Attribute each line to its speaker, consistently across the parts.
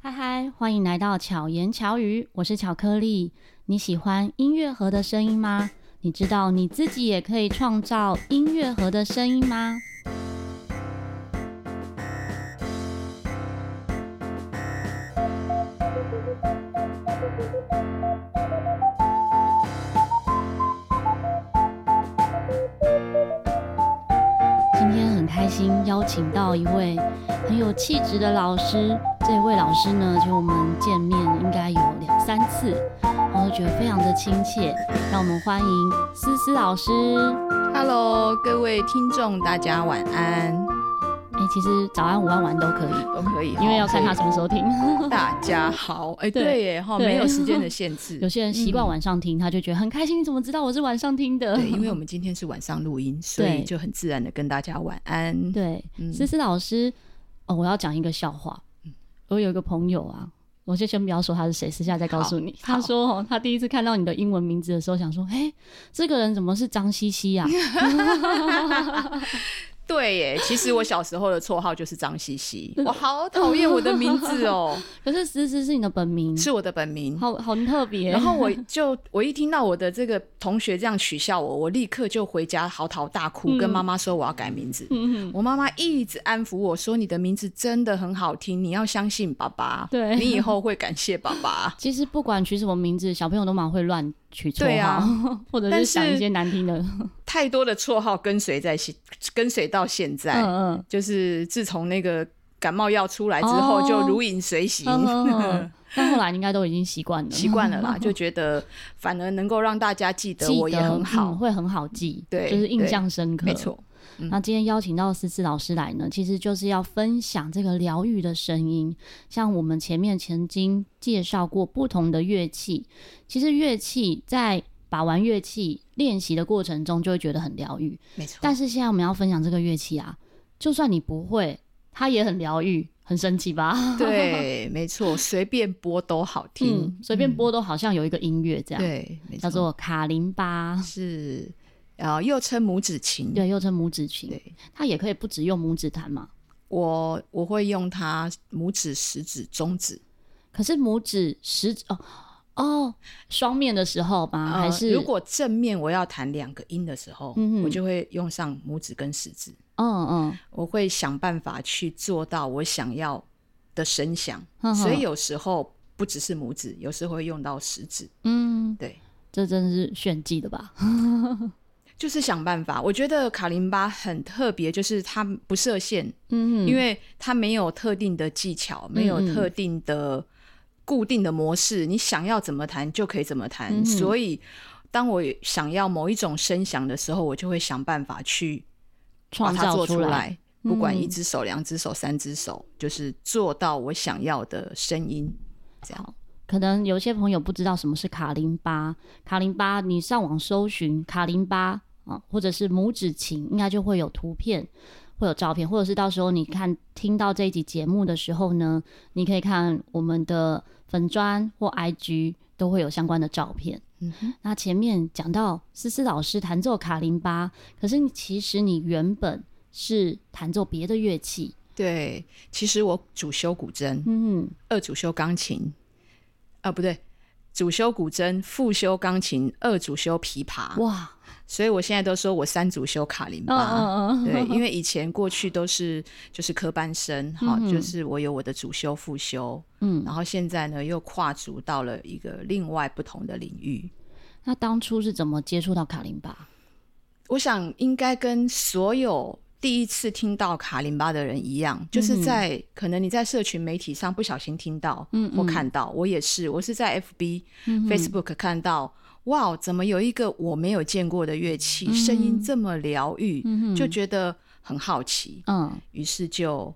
Speaker 1: 嗨，欢迎来到巧言巧语，我是巧克力。你喜欢音乐盒的声音吗？你知道你自己也可以创造音乐盒的声音吗？今天很开心邀请到一位很有气质的老师。这位老师呢，就我们见面应该有两三次，然后觉得非常的亲切。让我们欢迎思思老师。
Speaker 2: Hello，各位听众，大家晚安，
Speaker 1: 哎、其实早安、午安、晚安都可以，
Speaker 2: 都可以哈，
Speaker 1: 因为要看他什
Speaker 2: 所
Speaker 1: 么时候听。
Speaker 2: 以 大家好，哎、
Speaker 1: 对
Speaker 2: 对耶哈，
Speaker 1: 对
Speaker 2: 没有 时间的限制
Speaker 1: 有，些人习惯
Speaker 2: 嗯
Speaker 1: 晚上听，他就觉得很开心。你怎么知道我是晚上听的？
Speaker 2: 对，因为我们今天是晚上录音，所以就很自然的跟大家晚安。
Speaker 1: 对，
Speaker 2: 嗯
Speaker 1: 思思老师，哦，我要讲一个笑话。我有一个朋友啊，我就先不要说他是谁，私下再告诉你。
Speaker 2: 好
Speaker 1: 他说哦，他第一次看到你的英文名字的时候，想说，哎、这个人怎么是张啊西西呀、
Speaker 2: 对耶，其实我小时候的绰号就是张 西西，我好讨厌我的名字哦，
Speaker 1: 可是思思是你的本名，
Speaker 2: 是我的本名。
Speaker 1: 好好特别。
Speaker 2: 然后我就我一听到我的这个同学这样取笑我，我立刻就回家嚎啕大哭，跟妈妈说我要改名字。
Speaker 1: 嗯，
Speaker 2: 我妈妈一直安抚我说：“你的名字真的很好听，你要相信爸 爸，
Speaker 1: 对。
Speaker 2: 你以后会感谢爸爸
Speaker 1: 其实不管取什么名字，小朋友都蛮会乱取绰号，
Speaker 2: 对啊
Speaker 1: 或者
Speaker 2: 但
Speaker 1: 是
Speaker 2: 是
Speaker 1: 想一些难听的。”
Speaker 2: 太多的绰号跟随在现，跟随到现在，
Speaker 1: 嗯嗯。
Speaker 2: 就是自从那个感冒药出来之后，
Speaker 1: 哦
Speaker 2: 就如影随形。
Speaker 1: 嗯嗯 嗯但后来你应该都已经习惯了，
Speaker 2: 习惯了啦，就觉得反而能够让大家记得
Speaker 1: 记
Speaker 2: 我也
Speaker 1: 得
Speaker 2: 很好，
Speaker 1: 嗯会很好记，
Speaker 2: 对
Speaker 1: 就是印象深刻，
Speaker 2: 没错，嗯
Speaker 1: 那今天邀请到思思老师来呢，其实就是要分享这个疗愈的声音。像我们前面曾经介绍过不同的乐器，其实乐器在把玩乐器练习的过程中就会觉得很疗愈。
Speaker 2: 没错。
Speaker 1: 但是现在我们要分享这个乐器啊，就算你不会，它也很疗愈，很神奇吧？
Speaker 2: 对，没错，随便播都好听，
Speaker 1: 嗯，随便播都好像有一个音乐这样，
Speaker 2: 对，没错，嗯
Speaker 1: 叫做卡林巴，
Speaker 2: 是，呃，又称拇指琴，
Speaker 1: 对，又称拇指琴。
Speaker 2: 对
Speaker 1: 它也可以不只用拇指弹嘛，
Speaker 2: 我我会用它拇指、食指、中指，
Speaker 1: 可是拇指食指哦哦双面的时候吗？嗯还
Speaker 2: 呃
Speaker 1: 是
Speaker 2: 如果正面我要弹两个音的时候，
Speaker 1: 嗯哼
Speaker 2: 我就会用上拇指跟食指，
Speaker 1: 嗯嗯
Speaker 2: 我会想办法去做到我想要的声响，
Speaker 1: 哼嗯哼
Speaker 2: 所以有时候不只是拇指，有时候会用到食指，
Speaker 1: 嗯，
Speaker 2: 对，
Speaker 1: 这真的是炫技的吧？
Speaker 2: 就是想办法。我觉得卡林巴很特别，就是它不设限，
Speaker 1: 嗯，
Speaker 2: 因为它没有特定的技巧，没有
Speaker 1: 嗯嗯
Speaker 2: 特定的固定的模式，你想要怎么弹就可以怎么弹。
Speaker 1: 嗯嗯
Speaker 2: 所以，当我想要某一种声响的时候，我就会想办法去把
Speaker 1: 嗯创
Speaker 2: 它
Speaker 1: 造
Speaker 2: 做
Speaker 1: 出
Speaker 2: 出
Speaker 1: 来，
Speaker 2: 来。不管
Speaker 1: 嗯
Speaker 2: 一只手、两只手、三只手，就是做到我想要的声音。这样，
Speaker 1: 可能有些朋友不知道什么是卡林巴，卡林巴你上网搜寻卡林巴啊，或者是拇指琴，应该就会有图片，会有照片，或者是到时候你看听到这一集节目的时候呢，你可以看我们的粉砖或 IG 都会有相关的照片。
Speaker 2: 嗯哼，
Speaker 1: 那前面讲到思思老师弹奏卡林巴，可是你其实你原本是弹奏别的乐器，
Speaker 2: 对。其实我主修古筝，
Speaker 1: 嗯，
Speaker 2: 二主修钢琴，啊，不对，主修古筝，副修钢琴，二主修琵琶。
Speaker 1: 哇，
Speaker 2: 所以我现在都说我三组修卡林
Speaker 1: 嗯
Speaker 2: 巴。
Speaker 1: 嗯嗯，
Speaker 2: 对，因为以前过去都是就是科班 生，哈、
Speaker 1: 嗯
Speaker 2: 就是我有我的主修、副修，
Speaker 1: 嗯
Speaker 2: 然后现在呢又跨足到了一个另外不同的领域。
Speaker 1: 那当初是怎么接触到卡林巴？
Speaker 2: 我想应该跟所有第一次听到卡林巴的人一样，
Speaker 1: 嗯
Speaker 2: 就是在、可能你在社群媒体上不小心听到，
Speaker 1: 嗯嗯
Speaker 2: 或看到，我也是，我是在 FB、
Speaker 1: 嗯哼
Speaker 2: Facebook 看到，哇，哦怎么有一个我没有见过的乐器，
Speaker 1: 嗯
Speaker 2: 声音这么疗愈，
Speaker 1: 嗯哼
Speaker 2: 就觉得很好奇，
Speaker 1: 嗯，
Speaker 2: 于是就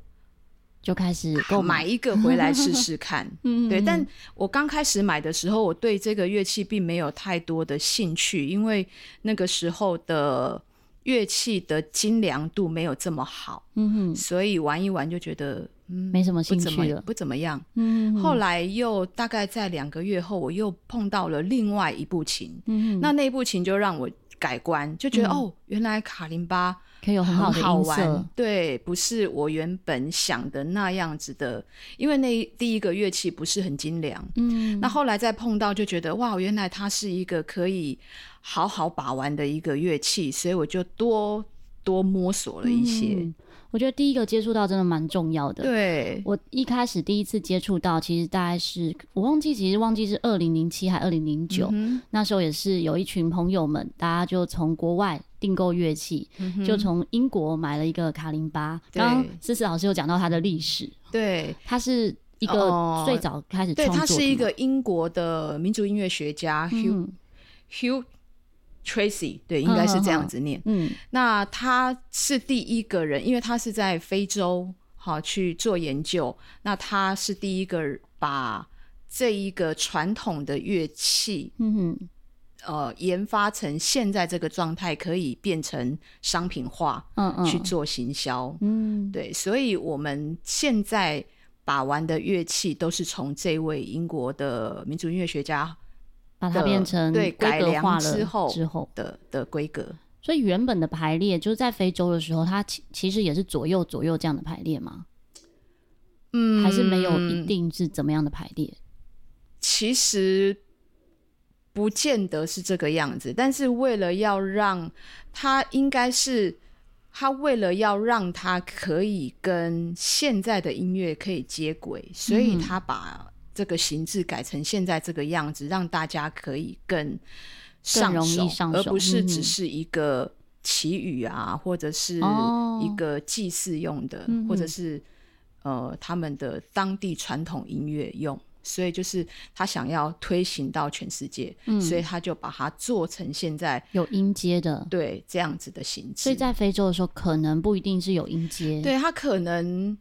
Speaker 1: 就开始购
Speaker 2: 买
Speaker 1: 买。
Speaker 2: 一个回来试试看。
Speaker 1: 嗯
Speaker 2: 对，
Speaker 1: 嗯
Speaker 2: 但我刚开始买的时候，我对这个乐器并没有太多的兴趣，因为那个时候的乐器的精良度没有这么好，
Speaker 1: 嗯哼，
Speaker 2: 所以玩一玩就觉得嗯
Speaker 1: 没什么
Speaker 2: 不
Speaker 1: 兴
Speaker 2: 怎
Speaker 1: 趣
Speaker 2: 么
Speaker 1: 了。
Speaker 2: 不怎么样。
Speaker 1: 嗯哼
Speaker 2: 后来又大概在两个月后，我又碰到了另外一部琴，
Speaker 1: 嗯哼
Speaker 2: 那那部琴就让我改观，就觉得、
Speaker 1: 嗯
Speaker 2: 哦，原来卡林巴
Speaker 1: 可以有很好的
Speaker 2: 好
Speaker 1: 音
Speaker 2: 玩
Speaker 1: 色，，
Speaker 2: 对，不是我原本想的那样子的，因为那一第一个乐器不是很精良，
Speaker 1: 嗯，
Speaker 2: 那后来再碰到就觉得哇，原来它是一个可以好好把玩的一个乐器，所以我就多多摸索了一些。
Speaker 1: 嗯我觉得第一个接触到真的蛮重要的。
Speaker 2: 对，嗯
Speaker 1: 我一开始第一次接触到，其实大概是我忘记，其实忘记是二零零七还二零零九，
Speaker 2: 嗯
Speaker 1: 那时候也是有一群朋友们，大家就从国外订购乐器，就从英国买了一个卡林巴。
Speaker 2: 嗯对
Speaker 1: 刚刚思思老师有讲到它的历史，
Speaker 2: 对
Speaker 1: 它是一
Speaker 2: 哦
Speaker 1: 个最早开始
Speaker 2: 对，
Speaker 1: 创作的
Speaker 2: 他
Speaker 1: 嘛，
Speaker 2: 是一个英国的民族音乐学家 Hugh、
Speaker 1: 嗯
Speaker 2: Hugh Tracy，对，应该是这样子念。
Speaker 1: 嗯
Speaker 2: 那他是第一个人，因为他是在非洲好去做研究，那他是第一个把这一个传统的乐器。
Speaker 1: 嗯哼
Speaker 2: 呃，研发成现在这个状态，可以变成商品化
Speaker 1: 嗯嗯
Speaker 2: 去做行销。
Speaker 1: 嗯
Speaker 2: 对，所以我们现在把玩的乐器都是从这位英国的民族音乐学家
Speaker 1: 把它变成
Speaker 2: 对
Speaker 1: 规
Speaker 2: 改
Speaker 1: 格
Speaker 2: 良
Speaker 1: 化
Speaker 2: 之
Speaker 1: 了
Speaker 2: 后
Speaker 1: 之后，
Speaker 2: 的的规格。
Speaker 1: 所以原本的排列就是在非洲的时候，它其其实也是左右左右这样的排列吗？
Speaker 2: 嗯
Speaker 1: 还是没有一定是怎么样的排列？
Speaker 2: 其实不见得是这个样子，但是为了要让它应该是它为了要让它可以跟现在的音乐可以接轨，所以它把这个形制改成现在这个样子，让大家可以更上
Speaker 1: 容易
Speaker 2: 手，
Speaker 1: 上
Speaker 2: 而
Speaker 1: 手
Speaker 2: 不是
Speaker 1: 嗯
Speaker 2: 只是一个祈雨啊，或者是
Speaker 1: 哦
Speaker 2: 一个祭祀用的，
Speaker 1: 嗯哼
Speaker 2: 或者是呃他们的当地传统音乐用，所以就是他想要推行到全世界，
Speaker 1: 嗯
Speaker 2: 所以他就把它做成现在
Speaker 1: 有音阶的，
Speaker 2: 对这样子的形
Speaker 1: 所以
Speaker 2: 式。
Speaker 1: 在非洲的时候可能不一定是有音阶。，
Speaker 2: 对它可能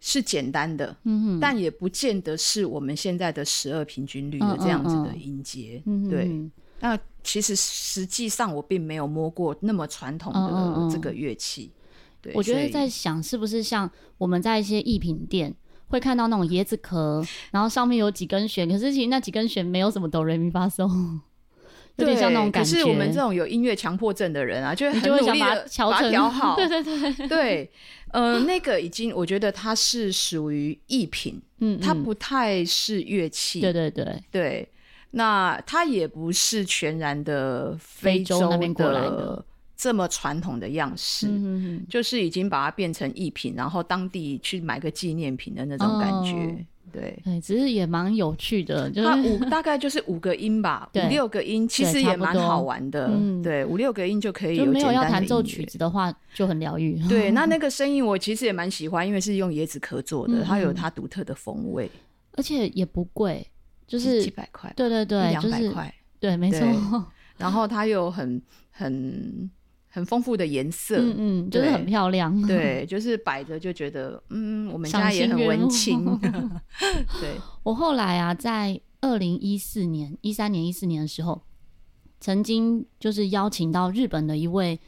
Speaker 2: 是简单的，
Speaker 1: 嗯哼，
Speaker 2: 但也不见得是我们现在的十二平均律
Speaker 1: 嗯
Speaker 2: 的
Speaker 1: 嗯
Speaker 2: 这样子的
Speaker 1: 嗯
Speaker 2: 音阶。
Speaker 1: 嗯哼
Speaker 2: 对，
Speaker 1: 嗯
Speaker 2: 那其实实际上我并没有摸过那么传统
Speaker 1: 嗯嗯
Speaker 2: 的
Speaker 1: 嗯
Speaker 2: 这个乐器。对，
Speaker 1: 我觉
Speaker 2: 所
Speaker 1: 得
Speaker 2: 以
Speaker 1: 在想是不是像我们在一些艺品店。会看到那种椰子壳，然后上面有几根弦，可是其实那几根弦没有什么哆来咪发嗦， 有点像那种
Speaker 2: 对
Speaker 1: 感觉。
Speaker 2: 可是我们这种有音乐强迫症的人啊，就会
Speaker 1: 你
Speaker 2: 很
Speaker 1: 就会
Speaker 2: 努
Speaker 1: 想
Speaker 2: 力
Speaker 1: 把
Speaker 2: 的
Speaker 1: 它调
Speaker 2: 把它
Speaker 1: 成
Speaker 2: 调好。
Speaker 1: 对对对，
Speaker 2: 对，呃，那个已经，我觉得它是属于艺品，
Speaker 1: 嗯，
Speaker 2: 它
Speaker 1: 嗯
Speaker 2: 不太是乐器。
Speaker 1: 对对对，
Speaker 2: 对那它也不是全然的
Speaker 1: 非
Speaker 2: 非
Speaker 1: 洲那边过来的
Speaker 2: 这么传统的样式，
Speaker 1: 嗯嗯
Speaker 2: 就是已经把它变成艺品，然后当地去买个纪念品的那种感觉。
Speaker 1: 哦
Speaker 2: 对，
Speaker 1: 对，只是也蛮有趣的，就
Speaker 2: 它
Speaker 1: 是
Speaker 2: 五大概就是五个音吧，
Speaker 1: 嗯对
Speaker 2: 五六个音，其
Speaker 1: 对
Speaker 2: 实
Speaker 1: 差
Speaker 2: 也
Speaker 1: 不
Speaker 2: 蛮
Speaker 1: 多
Speaker 2: 好玩的。
Speaker 1: 嗯
Speaker 2: 对，五六个音就可以
Speaker 1: 就没有
Speaker 2: 简
Speaker 1: 要
Speaker 2: 单的
Speaker 1: 弹奏
Speaker 2: 音
Speaker 1: 曲
Speaker 2: 乐
Speaker 1: 子的话就很疗愈。
Speaker 2: 对，那那个声音我其实也蛮喜欢，因为是用椰子壳做的，
Speaker 1: 嗯
Speaker 2: 它有
Speaker 1: 嗯
Speaker 2: 它独特的风味，
Speaker 1: 而且也不贵，就
Speaker 2: 就是几百块，
Speaker 1: 对对
Speaker 2: 一
Speaker 1: 对，
Speaker 2: 两
Speaker 1: 就
Speaker 2: 百
Speaker 1: 是
Speaker 2: 块。
Speaker 1: 对，没错，
Speaker 2: 对
Speaker 1: 嗯
Speaker 2: 然后它有很很很丰富的颜色，
Speaker 1: 嗯，就是
Speaker 2: 对
Speaker 1: 很漂亮。
Speaker 2: 对，就是摆着就觉得，嗯，我们
Speaker 1: 赏
Speaker 2: 家也
Speaker 1: 心
Speaker 2: 很
Speaker 1: 悦
Speaker 2: 文
Speaker 1: 目
Speaker 2: 青， 对，
Speaker 1: 我后来啊，在二零一四年、一三年、一四年的时候，曾经就是邀请到日本的一位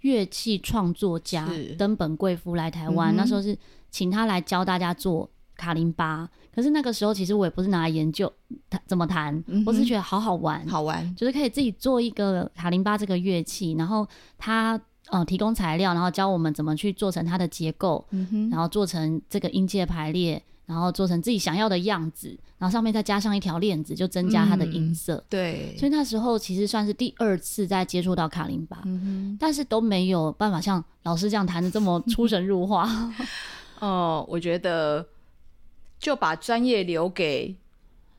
Speaker 1: 乐器创作家
Speaker 2: 是
Speaker 1: 登本贵夫来台湾，
Speaker 2: 嗯哼
Speaker 1: 那时候是请他来教大家做卡林巴。可是那个时候，其实我也不是拿来研究它怎么弹，
Speaker 2: 嗯哼
Speaker 1: 我只是觉得好好玩，
Speaker 2: 好玩，
Speaker 1: 就是可以自己做一个卡林巴这个乐器，然后他呃提供材料，然后教我们怎么去做成它的结构，
Speaker 2: 嗯哼，
Speaker 1: 然后做成这个音阶排列，然后做成自己想要的样子，然后上面再加上一条链子，就增加它的音色。
Speaker 2: 嗯对，
Speaker 1: 所以那时候其实算是第二次在接触到卡林巴，
Speaker 2: 嗯
Speaker 1: 但是都没有办法像老师这样弹的这 么出神入化。
Speaker 2: 哼，哦，我觉得就把专业留给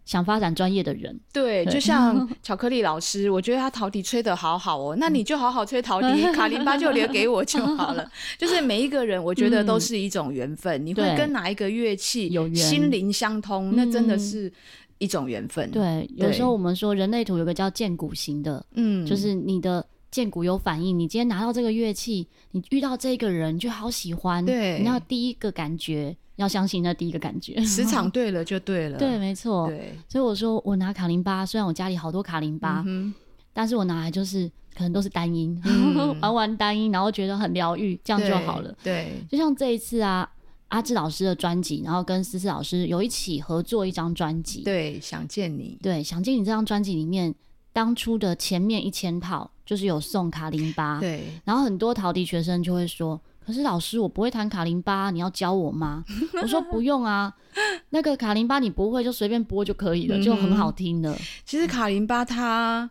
Speaker 1: 想发展专业的人，
Speaker 2: 对，
Speaker 1: 对
Speaker 2: 就像巧克力老师，我觉得他陶笛吹得好好哦，那
Speaker 1: 嗯
Speaker 2: 你就好好 吹陶笛，卡林巴就留给我就好了。 就是每一个人，我觉得都是一种缘分，你会
Speaker 1: 对
Speaker 2: 跟哪一个乐器
Speaker 1: 有缘
Speaker 2: 心灵相通，那真的
Speaker 1: 嗯
Speaker 2: 是一种缘分。，
Speaker 1: 对，有
Speaker 2: 嗯对
Speaker 1: 时候我们说人类图有个叫剑骨型的，
Speaker 2: 嗯，
Speaker 1: 就是你的剑骨有反应，你今天拿到这个乐器，你遇到这个人你就好喜欢，
Speaker 2: 对
Speaker 1: 你要第一个感觉，要相信那第一个感觉，
Speaker 2: 磁场对了就对了。
Speaker 1: 对，哦没错。
Speaker 2: 对，
Speaker 1: 所以我说，我拿卡林巴，虽然我家里好多卡林巴，
Speaker 2: 嗯
Speaker 1: 但是我拿来就是可能都是单音，
Speaker 2: 嗯
Speaker 1: 玩玩单音，然后觉得很疗愈，这
Speaker 2: 哼，
Speaker 1: 样就
Speaker 2: 对
Speaker 1: 好了。。
Speaker 2: 对，
Speaker 1: 就像这一次啊，阿志老师的专辑，然后跟思思老师有一起合作一张专辑，
Speaker 2: 对，想见你。
Speaker 1: 对，想进你这张专辑里面，当初的前面一千套就是有送卡林巴，
Speaker 2: 对，
Speaker 1: 然后很多陶笛学生就会说：“可是老师，我不会弹卡林巴，你要教我吗？”我说：“不用啊，那个卡林巴你不会就随便拨就可以了，就很
Speaker 2: 嗯
Speaker 1: 好听的。
Speaker 2: 其实卡林巴它，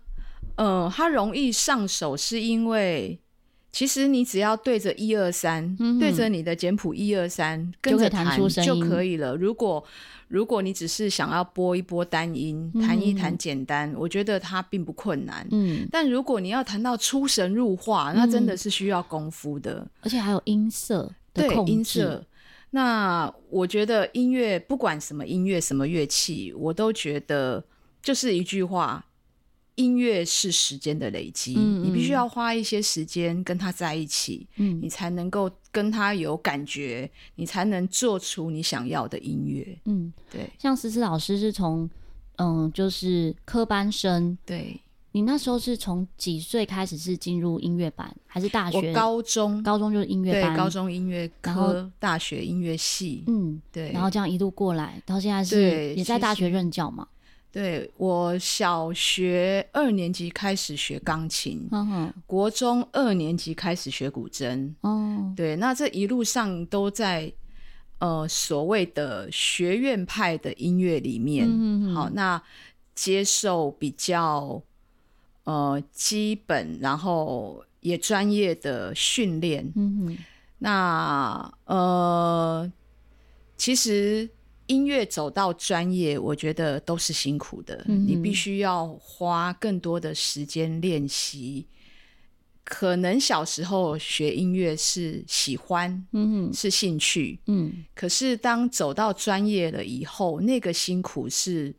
Speaker 2: 呃，它容易上手，是因为其实你只要对着一二三，
Speaker 1: 嗯
Speaker 2: 对着你的简谱一二三，
Speaker 1: 就
Speaker 2: 跟
Speaker 1: 可以
Speaker 2: 着
Speaker 1: 弹出声音
Speaker 2: 就可以了。如果如果你只是想要拨一拨单音，
Speaker 1: 嗯
Speaker 2: 弹一弹简单，我觉得它并不困难。
Speaker 1: 嗯，
Speaker 2: 但如果你要弹到出神入化，那真的是需要功夫的。
Speaker 1: 而且还有音色的
Speaker 2: 对
Speaker 1: 控制，
Speaker 2: 音色。那我觉得音乐不管什么音乐什么乐器，我都觉得就是一句话，音乐是时间的累积，
Speaker 1: 嗯
Speaker 2: 你必
Speaker 1: 嗯
Speaker 2: 须要花一些时间跟它在一起，你
Speaker 1: 嗯
Speaker 2: 才能够跟它有感觉，你才能做出你想要的音乐。
Speaker 1: 嗯，
Speaker 2: 对
Speaker 1: 像思思老师是从嗯，就是科班生，
Speaker 2: 对，
Speaker 1: 你那时候是从几岁开始是进入音乐班，还是大学？
Speaker 2: 我高中
Speaker 1: 高中就是音乐
Speaker 2: 对
Speaker 1: 班，
Speaker 2: 高中音乐
Speaker 1: 然后
Speaker 2: 科，大学音乐系，
Speaker 1: 嗯，
Speaker 2: 对，
Speaker 1: 然后这样一路过来，到现在是
Speaker 2: 对
Speaker 1: 也在
Speaker 2: 其
Speaker 1: 大学
Speaker 2: 实
Speaker 1: 任教嘛，
Speaker 2: 对我小学二年级开始学钢琴，
Speaker 1: 嗯哼，
Speaker 2: 国中二年级开始学古筝，
Speaker 1: 哦，
Speaker 2: 对，那这一路上都在呃所谓的学院派的音乐里面，
Speaker 1: 嗯嗯嗯
Speaker 2: 好，那接受比较呃基本，然后也专业的训练，
Speaker 1: 嗯哼，
Speaker 2: 那呃，其实音乐走到专业，我觉得都是辛苦的，
Speaker 1: 嗯
Speaker 2: 你必须要花更多的时间练习。可能小时候学音乐是喜欢，
Speaker 1: 嗯哼，
Speaker 2: 是兴趣，
Speaker 1: 嗯。
Speaker 2: 可是当走到专业了以后，那个辛苦是。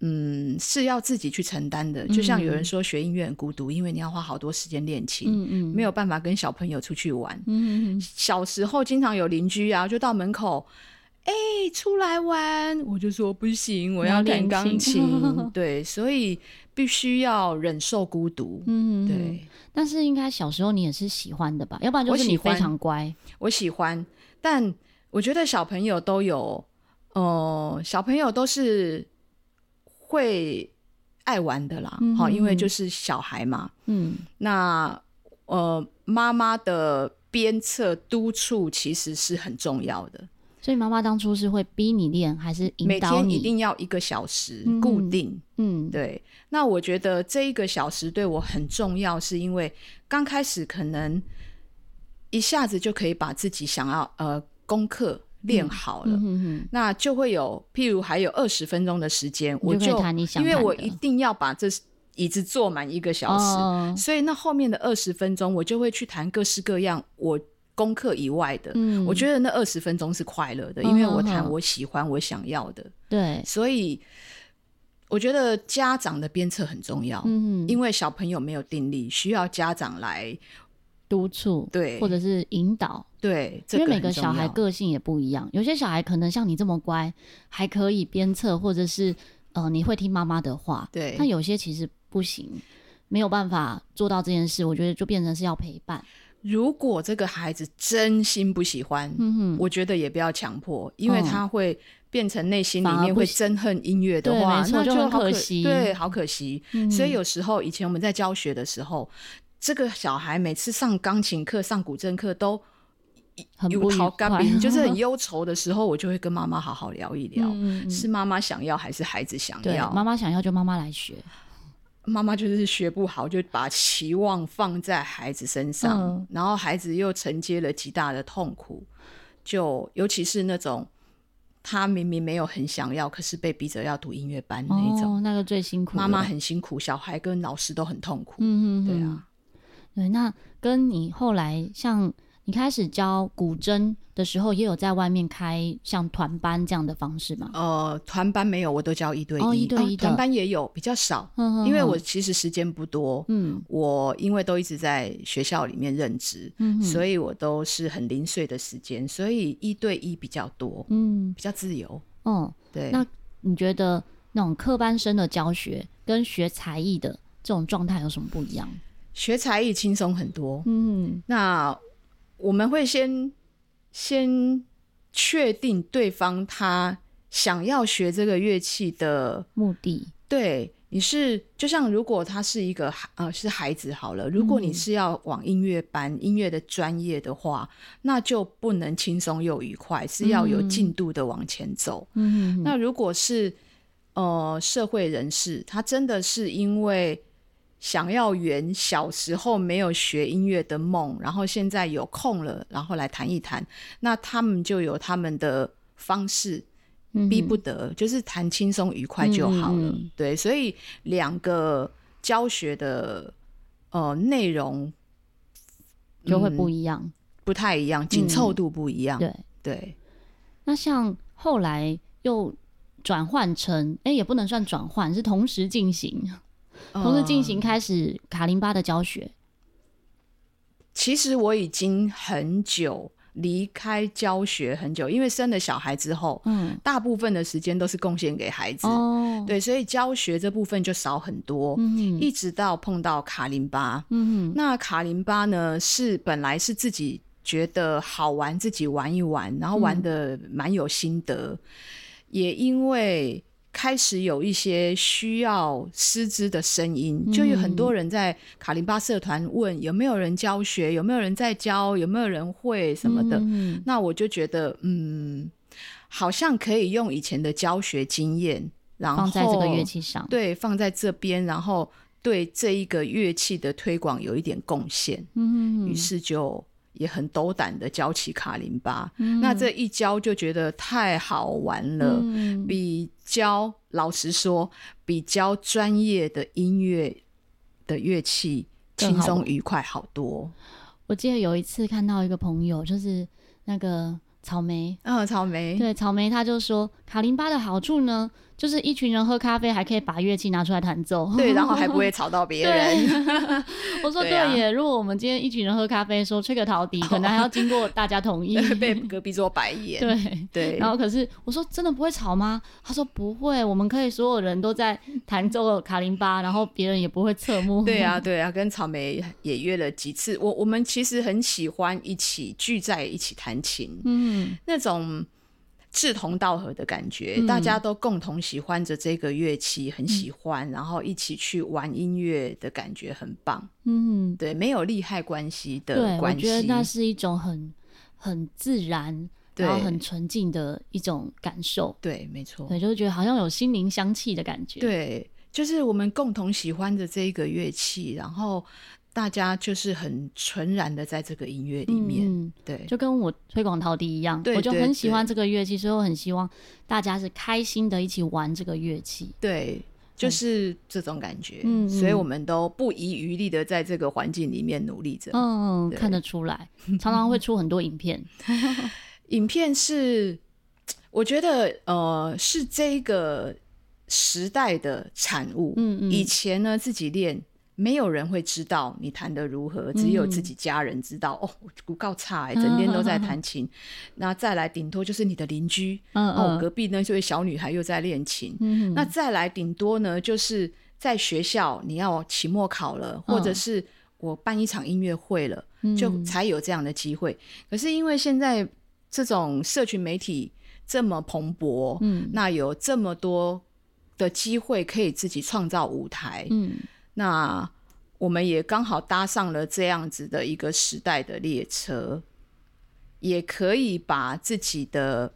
Speaker 2: 嗯，是要自己去承担的。就像有人
Speaker 1: 嗯
Speaker 2: 说学音乐很孤独，因为你要花好多时间练琴，
Speaker 1: 嗯嗯，
Speaker 2: 没
Speaker 1: 有，
Speaker 2: 有办法跟小朋友出去玩。
Speaker 1: 嗯嗯
Speaker 2: 小时候经常有邻居啊，就到门口，哎、出来玩，我就说不行，我要
Speaker 1: 练
Speaker 2: 练钢
Speaker 1: 琴
Speaker 2: 琴。对，所以必须要忍受孤独。
Speaker 1: 嗯，嗯，嗯
Speaker 2: 对，
Speaker 1: 但是应该小时候你也是喜欢的吧？要不然就
Speaker 2: 我
Speaker 1: 是
Speaker 2: 喜
Speaker 1: 你非
Speaker 2: 欢
Speaker 1: 常乖，
Speaker 2: 我喜欢，但我觉得小朋友都有，呃，小朋友都是会爱玩的啦。
Speaker 1: 嗯
Speaker 2: 好、因为
Speaker 1: 嗯
Speaker 2: 就是小孩嘛。
Speaker 1: 嗯
Speaker 2: 那呃，妈妈的鞭策督促其实是很重要的。
Speaker 1: 所以妈妈当初是会逼你练，还是引
Speaker 2: 每
Speaker 1: 导
Speaker 2: 天
Speaker 1: 你？
Speaker 2: 一定要一个小时
Speaker 1: 嗯
Speaker 2: 固定。
Speaker 1: 嗯，，
Speaker 2: 对，那我觉得这一个小时对我很重要，是因为刚开始可能一下子就可以把自己想要呃功课练好了。
Speaker 1: 嗯哼哼，
Speaker 2: 那就会有，譬如还有二十分钟的时间，我
Speaker 1: 你就可以弹你想
Speaker 2: 因为
Speaker 1: 弹
Speaker 2: 我
Speaker 1: 的
Speaker 2: 一定要把这椅子坐满一个小时，
Speaker 1: 哦
Speaker 2: 所以那后面的二十分钟，我就会去谈各式各样我功课以外的。
Speaker 1: 嗯
Speaker 2: 我觉得那二十分钟是快乐的，因为我
Speaker 1: 嗯嗯
Speaker 2: 谈
Speaker 1: 嗯
Speaker 2: 我喜欢、我想要的，
Speaker 1: 对，
Speaker 2: 所以我觉得家长的鞭策很重要，
Speaker 1: 嗯，
Speaker 2: 因
Speaker 1: 为
Speaker 2: 为小朋友没有定力，需要家长来
Speaker 1: 督促
Speaker 2: 对
Speaker 1: 或者是引导，
Speaker 2: 对，这
Speaker 1: 因为
Speaker 2: 个
Speaker 1: 每个
Speaker 2: 很重
Speaker 1: 小孩
Speaker 2: 要
Speaker 1: 个性也不一样，有些小孩可能像你这么乖，还可以鞭策，或者是呃你会听妈妈的话，
Speaker 2: 对
Speaker 1: 但有些其实不行，没有办法做到这件事，我觉得就变成是要陪伴，
Speaker 2: 如果这个孩子真心不喜欢，
Speaker 1: 嗯哼，
Speaker 2: 我觉得也不要强迫，因为
Speaker 1: 嗯
Speaker 2: 他会变成内心里
Speaker 1: 反而
Speaker 2: 面
Speaker 1: 不
Speaker 2: 会
Speaker 1: 喜
Speaker 2: 憎恨音乐的
Speaker 1: 对
Speaker 2: 话
Speaker 1: 没，错
Speaker 2: 那
Speaker 1: 就很
Speaker 2: 好
Speaker 1: 可
Speaker 2: 可
Speaker 1: 惜
Speaker 2: 对，好可惜。
Speaker 1: 嗯
Speaker 2: 所以有时候以前我们在教学的时候，这个小孩每次上钢琴课、上古筝课都
Speaker 1: 很
Speaker 2: 有
Speaker 1: 不愉
Speaker 2: 逃
Speaker 1: 快
Speaker 2: 咖比，就 是很忧愁的时候，我就会跟妈妈好好聊一聊，
Speaker 1: 嗯嗯嗯
Speaker 2: 是妈妈想要还是孩子想
Speaker 1: 对，
Speaker 2: 要？
Speaker 1: 妈妈想要就妈妈来学，
Speaker 2: 妈妈就是学不好，就把期望放在孩子身上，
Speaker 1: 嗯
Speaker 2: 然后孩子又承接了极大的痛苦，就尤其是那种他明明没有很想要，可是被逼着要读音乐班那一种，
Speaker 1: 哦，那个最辛苦了。
Speaker 2: 妈妈很辛苦，小孩跟老师都很痛苦。
Speaker 1: 嗯嗯，
Speaker 2: 对
Speaker 1: 嗯
Speaker 2: 啊，
Speaker 1: 对。那跟你后来像你开始教古筝的时候，也有在外面开像团班这样的方式吗？
Speaker 2: 呃，团班没有，我都教一对
Speaker 1: 嗯哦一对一的
Speaker 2: 啊团班也有，比较少，
Speaker 1: 嗯嗯
Speaker 2: 因为
Speaker 1: 嗯
Speaker 2: 我其实时间不多。
Speaker 1: 嗯
Speaker 2: 我因为都一直在学校里面任职，
Speaker 1: 嗯
Speaker 2: 所以我都是很零碎的时间，所以一对一比较多。
Speaker 1: 嗯
Speaker 2: 比较自由。
Speaker 1: 哦，
Speaker 2: 对，
Speaker 1: 那你觉得那种科班生的教学跟学才艺的这种状态有什么不一样？
Speaker 2: 学才艺轻松很多。
Speaker 1: 嗯
Speaker 2: 那我们会先先确定对方他想要学这个乐器的
Speaker 1: 目的
Speaker 2: 对你是就像如果他是一个孩呃是孩子好了，如果你
Speaker 1: 嗯
Speaker 2: 是要往音乐班、音乐的专业的话，那就不能轻松又愉快，是要有
Speaker 1: 嗯
Speaker 2: 进度的往前走。
Speaker 1: 嗯，
Speaker 2: 那如果是呃社会人士，他真的是因为想要圆小时候没有学音乐的梦，然后现在有空了，然后来谈一谈，那他们就有他们的方式，
Speaker 1: 嗯
Speaker 2: 逼不得，就是谈轻松愉快就好了。
Speaker 1: 嗯嗯嗯
Speaker 2: 对，所以两个教学的呃内容
Speaker 1: 就会
Speaker 2: 嗯
Speaker 1: 不一样。
Speaker 2: 不太一样，紧凑度不一样。
Speaker 1: 嗯对，
Speaker 2: 对，
Speaker 1: 那像后来又转换成，哎、也不能算转换，是同时进行，同时进行
Speaker 2: 呃
Speaker 1: 开始卡林巴的教学。
Speaker 2: 其实我已经很久离开教学很久，因为生了小孩之后，
Speaker 1: 嗯，
Speaker 2: 大部分的时间都是贡献给孩子，
Speaker 1: 哦，，
Speaker 2: 对，所以教学这部分就少很多。
Speaker 1: 嗯
Speaker 2: 一直到碰到卡林巴，
Speaker 1: 嗯哼，
Speaker 2: 那卡林巴呢是本来是自己觉得好玩，自己玩一玩，然后
Speaker 1: 嗯
Speaker 2: 玩的蛮有心得，也因为。开始有一些需要师资的声音，
Speaker 1: 嗯
Speaker 2: 就有很多人在卡林巴社团问有没有人教学，有没有人在教，有没有人会什么的。
Speaker 1: 嗯
Speaker 2: 那我就觉得，嗯，好像可以用以前的教学经验，然
Speaker 1: 放
Speaker 2: 后
Speaker 1: 在这个乐器上。
Speaker 2: 对，放在这边，然后对这一个乐器的推广有一点贡献，
Speaker 1: 嗯
Speaker 2: 于是就也很斗胆的教起卡林巴。那这一教就觉得太好玩了，
Speaker 1: 嗯
Speaker 2: 比教老实说，比教专业的音乐的乐器
Speaker 1: 更
Speaker 2: 轻
Speaker 1: 好
Speaker 2: 松
Speaker 1: 玩
Speaker 2: 愉快好多。
Speaker 1: 我记得有一次看到一个朋友，就是那个草莓，
Speaker 2: 嗯，草莓，
Speaker 1: 对草莓，他就说卡林巴的好处呢，就是一群人喝咖啡还可以把乐器拿出来弹奏。
Speaker 2: 对，然后还不会吵到别 人。
Speaker 1: 对， 我说
Speaker 2: 对
Speaker 1: 对
Speaker 2: 啊哦
Speaker 1: 耶。如果我们今天一群人喝咖啡，说吹个陶笛，可能还要经过大家同 意。
Speaker 2: 被隔壁桌白眼，
Speaker 1: 对，
Speaker 2: 对
Speaker 1: 然后可是我说真的不会吵吗？他说不会，我们可以所有人都在弹奏卡林巴，然后别人也不会侧目。
Speaker 2: 对 啊，对啊，跟草莓也约了几次。我我们其实很喜欢一起聚在一起弹琴，
Speaker 1: 嗯，
Speaker 2: 那种志同道合的感觉，
Speaker 1: 嗯
Speaker 2: 大家都共同喜欢着这个乐器，很喜欢，然后一起去玩音乐的感觉很棒。
Speaker 1: 嗯
Speaker 2: 对，没有利害关系的
Speaker 1: 对，我
Speaker 2: 关系
Speaker 1: 觉，得那是一种很很自然，
Speaker 2: 对
Speaker 1: 然后很纯净的一种感受。
Speaker 2: 对，没错，
Speaker 1: 对，就是觉得好像有心灵相契的感觉。，
Speaker 2: 对，就是我们共同喜欢的这一个乐器，然后大家就是很纯然的在这个音乐里面，
Speaker 1: 嗯，
Speaker 2: 对，
Speaker 1: 就跟我推广陶笛一样，
Speaker 2: 对
Speaker 1: 我就
Speaker 2: 对
Speaker 1: 很喜
Speaker 2: 对
Speaker 1: 欢这个乐器，所以我很希望大家是开心的一起玩这个乐器。
Speaker 2: 对，就
Speaker 1: 嗯
Speaker 2: 是这种感觉，
Speaker 1: 嗯
Speaker 2: 所以
Speaker 1: 嗯
Speaker 2: 我们都不遗余力的在这个环境里面努力着。
Speaker 1: 嗯，
Speaker 2: 对
Speaker 1: 看得出 来，常常会出很多影片。
Speaker 2: 影片是，我觉得呃是这个时代的产物。
Speaker 1: 嗯嗯
Speaker 2: 以前呢自己练。没有人会知道你弹的如何，只有自己家人知道。哦，我不告差
Speaker 1: 嗯
Speaker 2: 欸，整天都在弹琴。那再来，顶多就是你的邻居，
Speaker 1: 嗯
Speaker 2: 哦，
Speaker 1: 嗯
Speaker 2: 隔壁那这位小女孩又在练琴。
Speaker 1: 嗯，
Speaker 2: 那再来，顶多呢，就是在学校你要期末考了，或者是我办一场音乐会了，就
Speaker 1: 嗯
Speaker 2: 才有这样的机会。可是因为现在这种社群媒体这么蓬勃，
Speaker 1: 嗯
Speaker 2: 那有这么多的机会可以自己创造舞台，
Speaker 1: 嗯
Speaker 2: 那我们也刚好搭上了这样子的一个时代的列车，也可以把自己的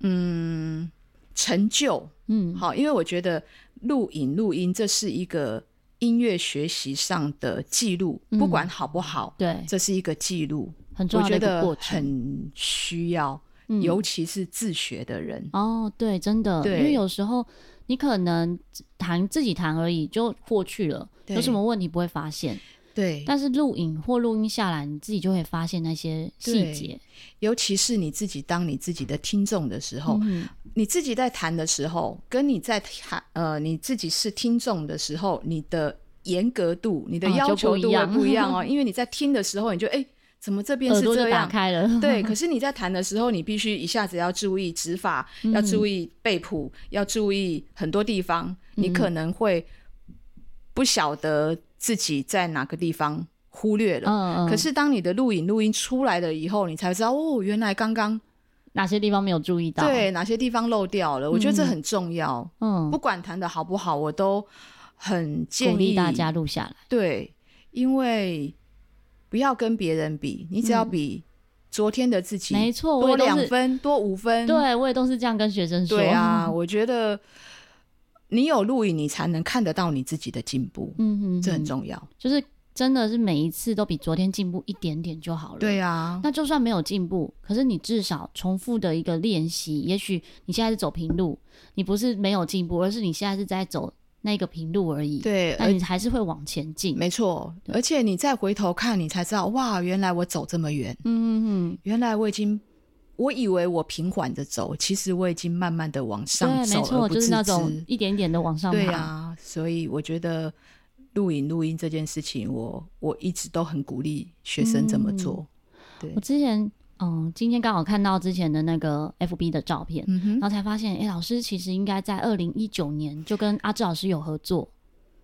Speaker 2: 嗯成就。
Speaker 1: 嗯，
Speaker 2: 好，因为我觉得录影录音这是一个音乐学习上的记录，不管好不好，
Speaker 1: 对，
Speaker 2: 这是一个记录，
Speaker 1: 很嗯重
Speaker 2: 我
Speaker 1: 要的
Speaker 2: 觉
Speaker 1: 一个
Speaker 2: 得
Speaker 1: 过程。
Speaker 2: 很需要，
Speaker 1: 嗯
Speaker 2: 尤其是自学的人。
Speaker 1: 哦，对，真的，
Speaker 2: 对
Speaker 1: 因为有时候你可能弹自己弹而已就过去了，
Speaker 2: 对
Speaker 1: 有什么问题不会发现，
Speaker 2: 对，
Speaker 1: 但是录影或录音下来，你自己就会发现那些
Speaker 2: 对
Speaker 1: 细节。
Speaker 2: 尤其是你自己当你自己的听众的时候，
Speaker 1: 嗯
Speaker 2: 你自己在弹的时候，跟你在弹呃你自己是听众的时候，你的严格度、你的
Speaker 1: 哦
Speaker 2: 要
Speaker 1: 就
Speaker 2: 求
Speaker 1: 不一
Speaker 2: 度会
Speaker 1: 样
Speaker 2: 不一样哦，因为你在听的时候，你就哎、怎么这边
Speaker 1: 耳
Speaker 2: 是
Speaker 1: 朵
Speaker 2: 这
Speaker 1: 就打
Speaker 2: 样？
Speaker 1: 开了，
Speaker 2: 对，可是你在弹的时候，你必须一下子要注意指法，
Speaker 1: 嗯
Speaker 2: 要注意背谱，要注意很多地方，你
Speaker 1: 嗯
Speaker 2: 可能会不晓得自己在哪个地方忽略 了。
Speaker 1: 嗯，嗯
Speaker 2: 可是当你的录影录音出来了以后，你才知道哦，原来刚刚
Speaker 1: 哪些地方没有注意到？，
Speaker 2: 对哪些地方漏掉了。我觉得这很重要，
Speaker 1: 嗯
Speaker 2: 不，管弹的好不好，我都很建
Speaker 1: 鼓
Speaker 2: 议
Speaker 1: 励大家录下来。
Speaker 2: 对，因为不要跟别人比，你只要比昨天的自己
Speaker 1: 嗯没错，我
Speaker 2: 多
Speaker 1: 也都
Speaker 2: 两
Speaker 1: 是，
Speaker 2: 分、多五分。
Speaker 1: 对我也都是这样跟学生说。
Speaker 2: 嗯对啊，我觉得你有录影，你才能看得到你自己的进步，
Speaker 1: 嗯哼，
Speaker 2: 这很
Speaker 1: 要，
Speaker 2: 重要。
Speaker 1: 就是真的是每一次都比昨天进步一点点就好了。
Speaker 2: 对啊，
Speaker 1: 那就算没有进步，可是你至少重复的一个练习，也许你现在是走平路，你不是没有进步，而是你现在是在走那个平路而已。，
Speaker 2: 对，
Speaker 1: 那
Speaker 2: 而
Speaker 1: 你还是会往前进。
Speaker 2: 没错，
Speaker 1: 对
Speaker 2: 而且你再回头看，你才知道，哇，原来我走这么远，
Speaker 1: 嗯嗯嗯，
Speaker 2: 原来我已经。我以为我平缓的走，其实我已经慢慢的往
Speaker 1: 对
Speaker 2: 上，走，
Speaker 1: 没
Speaker 2: 而
Speaker 1: 错，
Speaker 2: 不
Speaker 1: 就是
Speaker 2: 自
Speaker 1: 那种
Speaker 2: 知
Speaker 1: 一点点的往上爬。
Speaker 2: 对啊，所以我觉得录影录音这件事情我，我一直都很鼓励学生这么做。对
Speaker 1: 我，之前，嗯，今天刚好看到之前的那个 FB 的照片，
Speaker 2: 嗯哼，
Speaker 1: 然后才发现，哎、老师其实应该在二零一九年就跟阿志老师有合作，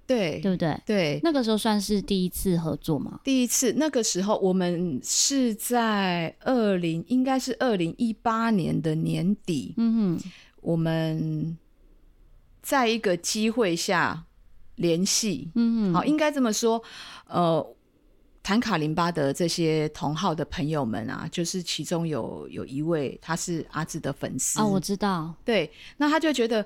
Speaker 2: 对
Speaker 1: 对不对？
Speaker 2: 对，
Speaker 1: 那个时候算是第一次合作嘛。
Speaker 2: 第一次那个时候我们是在二零，应该是二零一八年的年底，
Speaker 1: 嗯哼，
Speaker 2: 我们在一个机会下联系，
Speaker 1: 嗯哼，
Speaker 2: 好，应该这么说，呃，弹卡林巴的这些同号的朋友们啊，就是其中有有一位他是阿志的粉丝
Speaker 1: 啊，我知道，
Speaker 2: 对，那他就觉得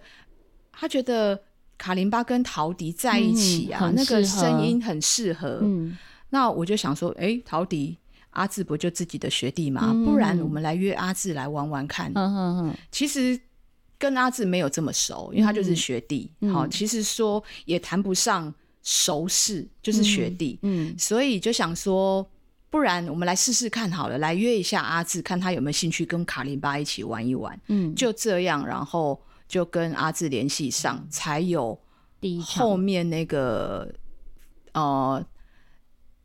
Speaker 2: 他觉得卡林巴跟陶笛在一起
Speaker 1: 嗯
Speaker 2: 啊，
Speaker 1: 很
Speaker 2: 那个
Speaker 1: 适合
Speaker 2: 声音很适合。
Speaker 1: 嗯，
Speaker 2: 那我就想说，诶，陶笛。阿志不就自己的学弟嘛，
Speaker 1: 嗯
Speaker 2: 不然我们来约阿志来玩玩看。
Speaker 1: 哼嗯哼哼，
Speaker 2: 其实跟阿志没有这么熟，因为他就是学弟。
Speaker 1: 嗯
Speaker 2: 好、
Speaker 1: 嗯
Speaker 2: 其实说也谈不上熟识，就是学弟。
Speaker 1: 嗯，
Speaker 2: 所以就想说，不然我们来试试看好了，来约一下阿志，看他有没有兴趣跟卡琳巴一起玩一玩。
Speaker 1: 嗯，
Speaker 2: 就这样，然后就跟阿志联系上，才有
Speaker 1: 第嗯一场
Speaker 2: 后面那个呃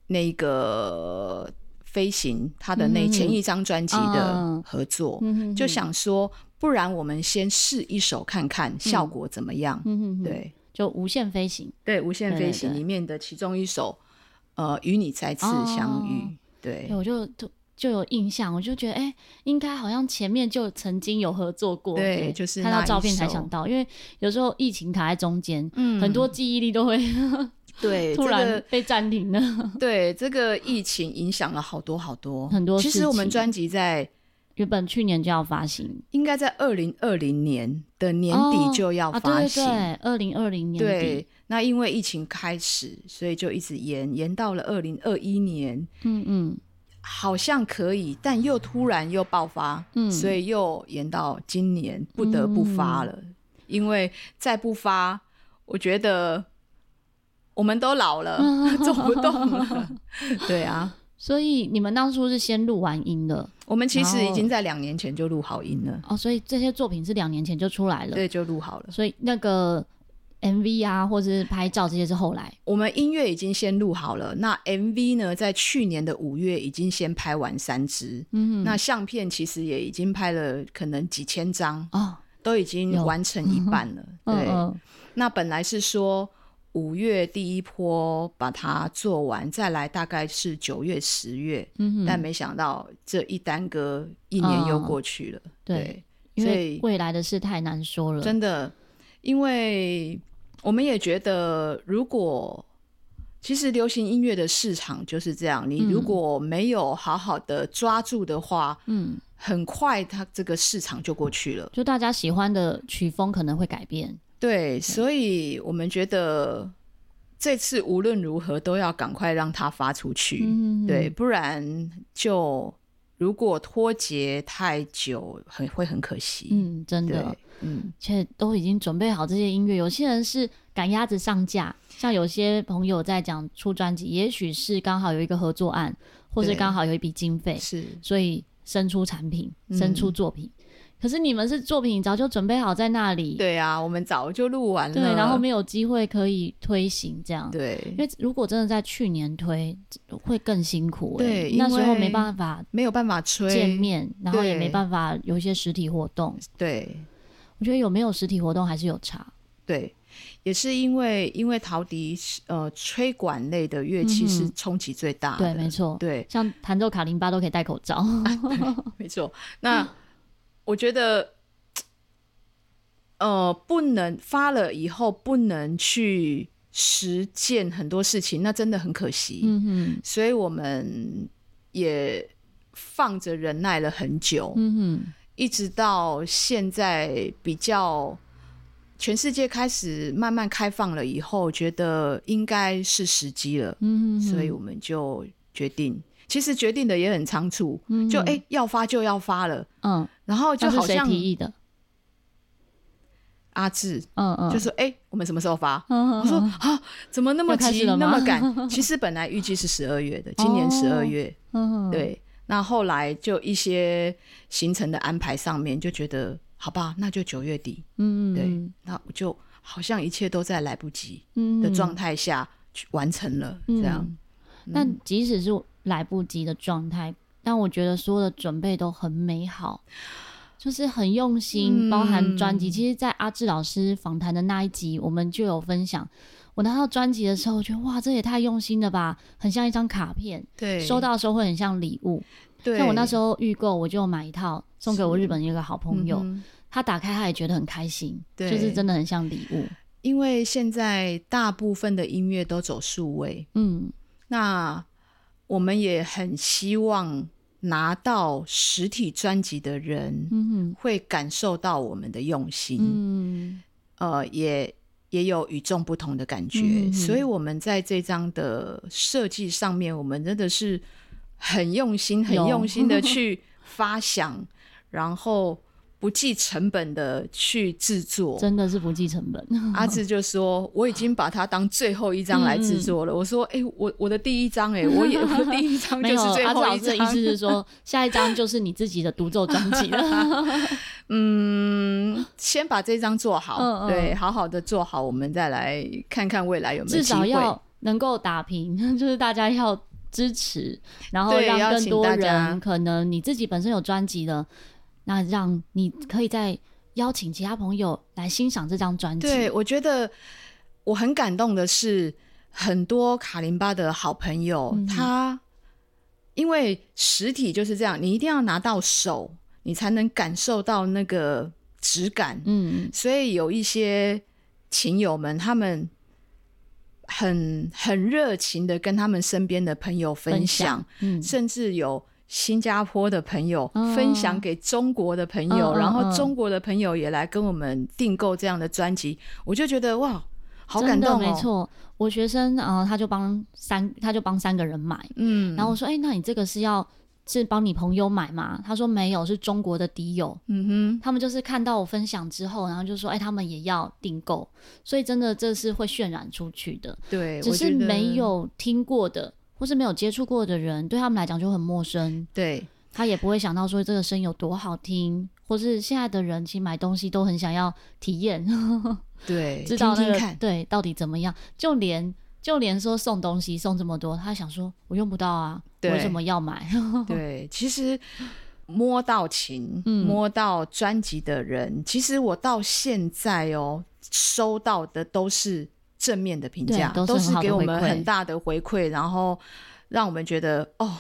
Speaker 2: 那个飞行他的那
Speaker 1: 嗯
Speaker 2: 前一张专辑的
Speaker 1: 嗯
Speaker 2: 合作，
Speaker 1: 嗯哼
Speaker 2: 就
Speaker 1: 哼
Speaker 2: 想说，不然我们先试一首看看效果怎么样。
Speaker 1: 嗯哼哼，
Speaker 2: 对
Speaker 1: 就无限飞行，
Speaker 2: 对，《无限
Speaker 1: 对
Speaker 2: 飞
Speaker 1: 对
Speaker 2: 行》
Speaker 1: 对
Speaker 2: 里面的其中一首，呃，与你再次相遇，
Speaker 1: 哦
Speaker 2: 对
Speaker 1: 对，我就就就有印象，我就觉得，哎、应该好像前面就曾经有合作过，
Speaker 2: 对就是
Speaker 1: 看
Speaker 2: 那
Speaker 1: 到
Speaker 2: 一
Speaker 1: 照片才
Speaker 2: 首
Speaker 1: 想到，因为有时候疫情卡在中间，
Speaker 2: 嗯
Speaker 1: 很多记忆力都会
Speaker 2: 对，
Speaker 1: 突
Speaker 2: 这
Speaker 1: 然
Speaker 2: 个
Speaker 1: 被暂停了。
Speaker 2: 对这个疫情影响了好多好多
Speaker 1: 很多
Speaker 2: 其
Speaker 1: 事
Speaker 2: 实我们
Speaker 1: 情
Speaker 2: 专辑在
Speaker 1: 原本去年就要发行，
Speaker 2: 应该在二零二零年的年
Speaker 1: 哦
Speaker 2: 底就要
Speaker 1: 啊，
Speaker 2: 发
Speaker 1: 对对
Speaker 2: 行。
Speaker 1: 对，二零二零年
Speaker 2: 对
Speaker 1: 底，，
Speaker 2: 那因为疫情开始，所以就一直延延到了二零二一年，
Speaker 1: 嗯嗯
Speaker 2: 好像可以，但又突然又爆发，
Speaker 1: 嗯，
Speaker 2: 所以又延到今年，不得不发了。
Speaker 1: 嗯
Speaker 2: 因为再不发，我觉得我们都老 了，走不动了。对啊，
Speaker 1: 所以你们当初是先录完音的
Speaker 2: 我们其实
Speaker 1: 然
Speaker 2: 已
Speaker 1: 后
Speaker 2: 经在两年前就录好音了，
Speaker 1: 哦，所以这些作品是两年前就出来了，
Speaker 2: 对，就录好了。
Speaker 1: 所以那个 MV 啊，或者是拍照这些是后来，
Speaker 2: 我们音乐已经先录好了，那 MV 呢，在去年的五月已经先拍完三支，
Speaker 1: 嗯
Speaker 2: 那相片其实也已经拍了可能几千张，
Speaker 1: 哦，
Speaker 2: 都已经
Speaker 1: 有
Speaker 2: 完成一半了。
Speaker 1: 嗯
Speaker 2: 对，
Speaker 1: 嗯
Speaker 2: 那本来是说五月第一波把它做完，再来大概是九月、十月，
Speaker 1: 嗯
Speaker 2: 但
Speaker 1: 哼，
Speaker 2: 没想到这一耽搁一年又过去了。
Speaker 1: 对，
Speaker 2: 对，
Speaker 1: 因
Speaker 2: 所
Speaker 1: 为
Speaker 2: 以
Speaker 1: 未来的事太难说了，
Speaker 2: 真的，因为我们也觉得，如果其实流行音乐的市场就是这样，你如
Speaker 1: 嗯
Speaker 2: 果没有好好的抓住的话，
Speaker 1: 嗯，
Speaker 2: 很快它这个市场就过去了。
Speaker 1: 就大家喜欢的曲风可能会改变，
Speaker 2: 对，所以我们觉得这次无论如何都要赶快让它发出去，
Speaker 1: 嗯，
Speaker 2: 对，，不然就如果脱节太久，很会很可惜。，
Speaker 1: 嗯，真的
Speaker 2: 对。，嗯，
Speaker 1: 且都已经准备好这些音乐，有些人是赶鸭子上架，像有些朋友在讲出专辑，也许是刚好有一个合作案，或是
Speaker 2: 对
Speaker 1: 刚好有一笔经费，
Speaker 2: 是
Speaker 1: 所以生出产品，
Speaker 2: 嗯
Speaker 1: 生出作品。可是你们是作品早就准备好在那里，
Speaker 2: 对啊，我们早就录完了，
Speaker 1: 对然后没有机会可以推行这样。
Speaker 2: 对
Speaker 1: 因，为如果真的在去年推，会更辛苦、欸。
Speaker 2: 对
Speaker 1: 那时
Speaker 2: 因
Speaker 1: 候
Speaker 2: 为
Speaker 1: 没办法
Speaker 2: 没有办法吹
Speaker 1: 见，面，然后也
Speaker 2: 对
Speaker 1: 没办法有一些实体活动。
Speaker 2: 对
Speaker 1: 我觉得有没有实体活动还是有差。
Speaker 2: 对。也是因为因为陶笛是呃吹管类的乐器
Speaker 1: 嗯
Speaker 2: 是
Speaker 1: 哼
Speaker 2: 冲击最大的，
Speaker 1: 对，没错。
Speaker 2: 对， 啊
Speaker 1: 像弹奏卡林巴都可以戴口罩。
Speaker 2: 没错。那我觉得，呃，不能发了以后不能去实践很多事情，那真的很可惜。
Speaker 1: 嗯
Speaker 2: 所以我们也放着忍耐了很久，
Speaker 1: 哼，嗯
Speaker 2: 一直到现在比较全世界开始慢慢开放了以后，觉得应该是时机了
Speaker 1: 哼，，嗯哼，
Speaker 2: 所以我们就决定。其实决定的也很仓促，
Speaker 1: 嗯
Speaker 2: 就哎、诶要发就要发了，
Speaker 1: 嗯，
Speaker 2: 然后就
Speaker 1: 那是
Speaker 2: 好
Speaker 1: 谁
Speaker 2: 像
Speaker 1: 提议的？
Speaker 2: 阿志
Speaker 1: 嗯嗯，
Speaker 2: 就说：“哎、我们什么时候发？”
Speaker 1: 嗯，
Speaker 2: 我说
Speaker 1: 嗯
Speaker 2: 啊，怎么那么
Speaker 1: 要开始
Speaker 2: 急，
Speaker 1: 了
Speaker 2: 那
Speaker 1: 吗
Speaker 2: 么赶？其实本来预计是十二月的，今年十
Speaker 1: 哦
Speaker 2: 二月，
Speaker 1: 嗯，
Speaker 2: 对。那后来就一些行程的安排上面，就觉得好吧，那就九月底。
Speaker 1: 嗯，
Speaker 2: 对，
Speaker 1: 嗯
Speaker 2: 那我就好像一切都在来不及
Speaker 1: 嗯
Speaker 2: 的状态下去完成了，这样。
Speaker 1: 嗯但即使是来不及的状态，但我觉得所有的准备都很美好，就是很用心，
Speaker 2: 嗯
Speaker 1: 包含专辑。其实，在阿志老师访谈的那一集，我们就有分享。我拿到专辑的时候，我觉得哇，这也太用心了吧，很像一张卡片，
Speaker 2: 对，
Speaker 1: 收。到的时候会很像礼物。
Speaker 2: 对，
Speaker 1: 像我那时候预购，我就买一套送给我
Speaker 2: 是
Speaker 1: 日本一个好朋友，
Speaker 2: 嗯哼
Speaker 1: 他打开他也觉得很开心，就
Speaker 2: 对
Speaker 1: 是真的很像礼物。
Speaker 2: 因为现在大部分的音乐都走数位，
Speaker 1: 嗯
Speaker 2: 那我们也很希望拿到实体专辑的人，
Speaker 1: 嗯
Speaker 2: 会感受到我们的用心。
Speaker 1: 嗯
Speaker 2: 呃，也也有与众不同的感觉，
Speaker 1: 嗯嗯嗯
Speaker 2: 所以我们在这张的设计上面，我们真的是很用心、很
Speaker 1: 有
Speaker 2: 用心的去发想，然后不计成本的去制作。
Speaker 1: 真的是不计成本。
Speaker 2: 阿志就说：“我已经把它当最后一张来
Speaker 1: 嗯
Speaker 2: 制作了。我说：“哎、我我的第一张，哎，我也我第一张
Speaker 1: 没
Speaker 2: 就
Speaker 1: 有，
Speaker 2: 是最
Speaker 1: 阿志
Speaker 2: 后
Speaker 1: 老
Speaker 2: 一
Speaker 1: 师的
Speaker 2: 张。
Speaker 1: 意思是 说，下一张就是你自己的独奏专辑了。
Speaker 2: 嗯，先把这张做好，
Speaker 1: 嗯嗯
Speaker 2: 对，好好的做好，我们再来看看未来 有没有
Speaker 1: 至
Speaker 2: 机会。
Speaker 1: 少要能够打平， 就是大家要支持，然后
Speaker 2: 对
Speaker 1: 让
Speaker 2: 邀
Speaker 1: 更
Speaker 2: 请
Speaker 1: 多
Speaker 2: 大家
Speaker 1: 人，可能你自己本身有专辑了，那让你可以再邀请其他朋友来欣赏这张专辑。
Speaker 2: 对，我觉得我很感动的是，很多卡林巴的好朋友，
Speaker 1: 嗯
Speaker 2: 他因为实体就是这样，你一定要拿到手，你才能感受到那个质感。
Speaker 1: 嗯，
Speaker 2: 所以有一些琴友们，他们很很热情的跟他们身边的朋友分
Speaker 1: 分
Speaker 2: 享，
Speaker 1: 享，嗯，
Speaker 2: 甚至有新加坡的朋友
Speaker 1: 嗯
Speaker 2: 分享给中国的朋
Speaker 1: 嗯
Speaker 2: 友，
Speaker 1: 嗯
Speaker 2: 然后
Speaker 1: 嗯
Speaker 2: 中国的朋友也来跟我们订购这样的专辑，我就觉得哇，好
Speaker 1: 真
Speaker 2: 感
Speaker 1: 的
Speaker 2: 动
Speaker 1: 没
Speaker 2: 哦。
Speaker 1: 错。我学生啊、呃他就帮三，他就帮三个人买，
Speaker 2: 嗯，
Speaker 1: 然后我说，哎、那你这个是要是帮你朋友买吗？他说没有，是中国的迪友。
Speaker 2: 嗯
Speaker 1: 他们就是看到我分享之后，然后就说：“哎、他们也要订购。”所以真的这是会渲染出去的
Speaker 2: 哼，，对，
Speaker 1: 只
Speaker 2: 我
Speaker 1: 是
Speaker 2: 觉得
Speaker 1: 没有听过的或是没有接触过的人，对他们来讲就很陌生，
Speaker 2: 对
Speaker 1: 他也不会想到说这个声音有多好听，或是现在的人其实买东西都很想要体验，
Speaker 2: 对，
Speaker 1: 知道那
Speaker 2: 听
Speaker 1: 个
Speaker 2: 听看，
Speaker 1: 对到底怎么样，就连。就连说送东西送这么多，他想说我用不到啊，我
Speaker 2: 对
Speaker 1: 为什么要买？
Speaker 2: 对，其实摸到琴，
Speaker 1: 嗯
Speaker 2: 摸到专辑的人，其实我到现在哦，收到的都是正面的评价，
Speaker 1: 对都
Speaker 2: 都
Speaker 1: 是很
Speaker 2: 是
Speaker 1: 好的
Speaker 2: 给我们
Speaker 1: 回馈
Speaker 2: 很大的回馈，然后让我们觉得哦，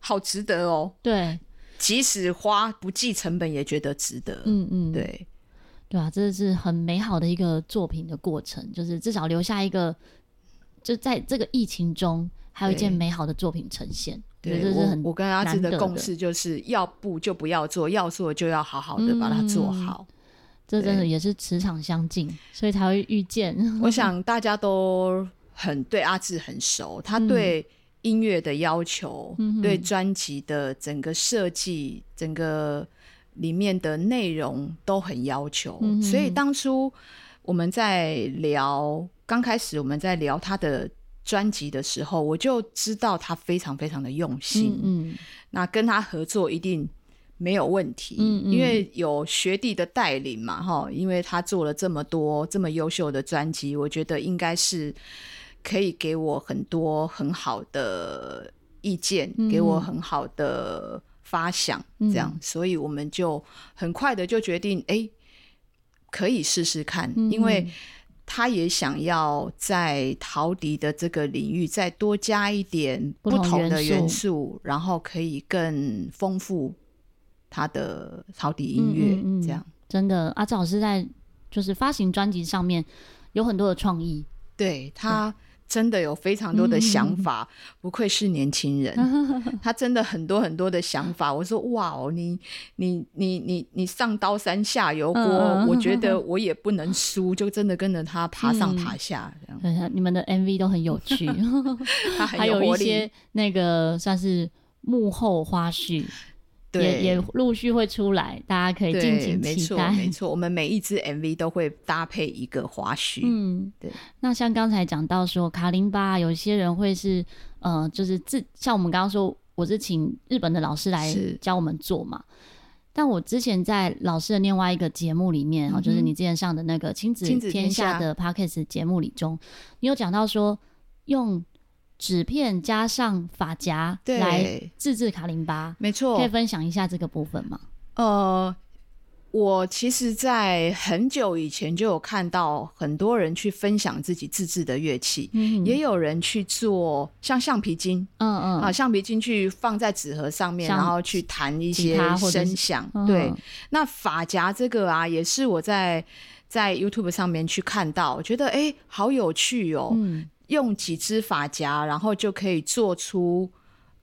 Speaker 2: 好值得哦，
Speaker 1: 对，
Speaker 2: 即使花不计成本也觉得值得。
Speaker 1: 嗯嗯，
Speaker 2: 对，
Speaker 1: 对啊，这是很美好的一个作品的过程，就是至少留下一个，就在这个疫情中，还有一件
Speaker 2: 对
Speaker 1: 美好的作品呈现，我觉
Speaker 2: 对
Speaker 1: 得这是
Speaker 2: 我
Speaker 1: 很
Speaker 2: 我跟阿志
Speaker 1: 难
Speaker 2: 的
Speaker 1: 得
Speaker 2: 共
Speaker 1: 的
Speaker 2: 识就是要不就不要做，要做就要好好的把它做
Speaker 1: 嗯
Speaker 2: 好。
Speaker 1: 这真的
Speaker 2: 对
Speaker 1: 也是磁场相近，所以才会遇见。
Speaker 2: 我想大家都很对阿志很熟，他
Speaker 1: 嗯
Speaker 2: 对音乐的要求，
Speaker 1: 嗯哼
Speaker 2: 对专辑的整个设计、整个里面的内容都很要求，
Speaker 1: 嗯哼
Speaker 2: 所以当初我们在聊，刚开始我们在聊他的。专辑的时候，我就知道他非常非常的用心，
Speaker 1: 嗯嗯
Speaker 2: 那跟他合作一定没有问题，
Speaker 1: 嗯嗯
Speaker 2: 因为有学弟的带领嘛，哈，因为他做了这么多这么优秀的专辑，我觉得应该是可以给我很多很好的意见，
Speaker 1: 嗯
Speaker 2: 给我很好的发想，
Speaker 1: 嗯
Speaker 2: 这样，所以我们就很快的就决定，哎、可以试试看，
Speaker 1: 嗯
Speaker 2: 因为。他也想要在陶笛的这个领域再多加一点
Speaker 1: 不
Speaker 2: 不
Speaker 1: 同
Speaker 2: 同的
Speaker 1: 元
Speaker 2: 元
Speaker 1: 素
Speaker 2: 素，然后可以更丰富他的陶笛音乐。
Speaker 1: 嗯嗯嗯
Speaker 2: 这样，
Speaker 1: 真的，阿志老师在就是发行专辑上面有很多的创意，
Speaker 2: 对他真的有非常多的想 法，不愧是年轻人，他真的很多很多的想法。我说哇哦，你你你你你上刀山下油锅，
Speaker 1: 嗯
Speaker 2: 我觉得我也不能输，就真的跟着他爬
Speaker 1: 嗯
Speaker 2: 上爬下，这 样
Speaker 1: 对你们的 MV 都很有趣，
Speaker 2: 他
Speaker 1: 还
Speaker 2: 很
Speaker 1: 有
Speaker 2: 活
Speaker 1: 一
Speaker 2: 力。
Speaker 1: 些那个算是幕后花絮，也
Speaker 2: 对，
Speaker 1: 也陆续会出来，大家可以
Speaker 2: 对，
Speaker 1: 敬请
Speaker 2: 没
Speaker 1: 期
Speaker 2: 错
Speaker 1: 待。
Speaker 2: 没错，我们每一支 MV 都会搭配一个花絮。
Speaker 1: 嗯，
Speaker 2: 对。
Speaker 1: 那像刚才讲到说卡林巴，有些人会是呃，就是自像我们刚刚说，我是请日本的老师来
Speaker 2: 是
Speaker 1: 教我们做嘛。但我之前在老师的另外一个节目里面，哈、就是
Speaker 2: 嗯哼
Speaker 1: 你之前上的那个亲子
Speaker 2: 亲子
Speaker 1: 天
Speaker 2: 天
Speaker 1: 下
Speaker 2: 下
Speaker 1: 的 podcast 节目里中，你有讲到说用纸片加上发夹
Speaker 2: 对哦
Speaker 1: 来自制卡林巴，
Speaker 2: 没错，
Speaker 1: 可以分享一下这个部分吗？
Speaker 2: 呃，我其实，在很久以前就有看到很多人去分享自己自制的乐器，
Speaker 1: 嗯
Speaker 2: 也有人去做像橡皮筋。
Speaker 1: 嗯嗯
Speaker 2: 啊，橡皮筋去放在纸盒上面，
Speaker 1: 像
Speaker 2: 然后去弹一
Speaker 1: 吉
Speaker 2: 些
Speaker 1: 他或者是
Speaker 2: 声响。
Speaker 1: 嗯
Speaker 2: 对，那发夹这个啊，也是我在在 YouTube 上面去看到，我觉得哎、好有趣哦。
Speaker 1: 嗯
Speaker 2: 用几支发夹，然后就可以做出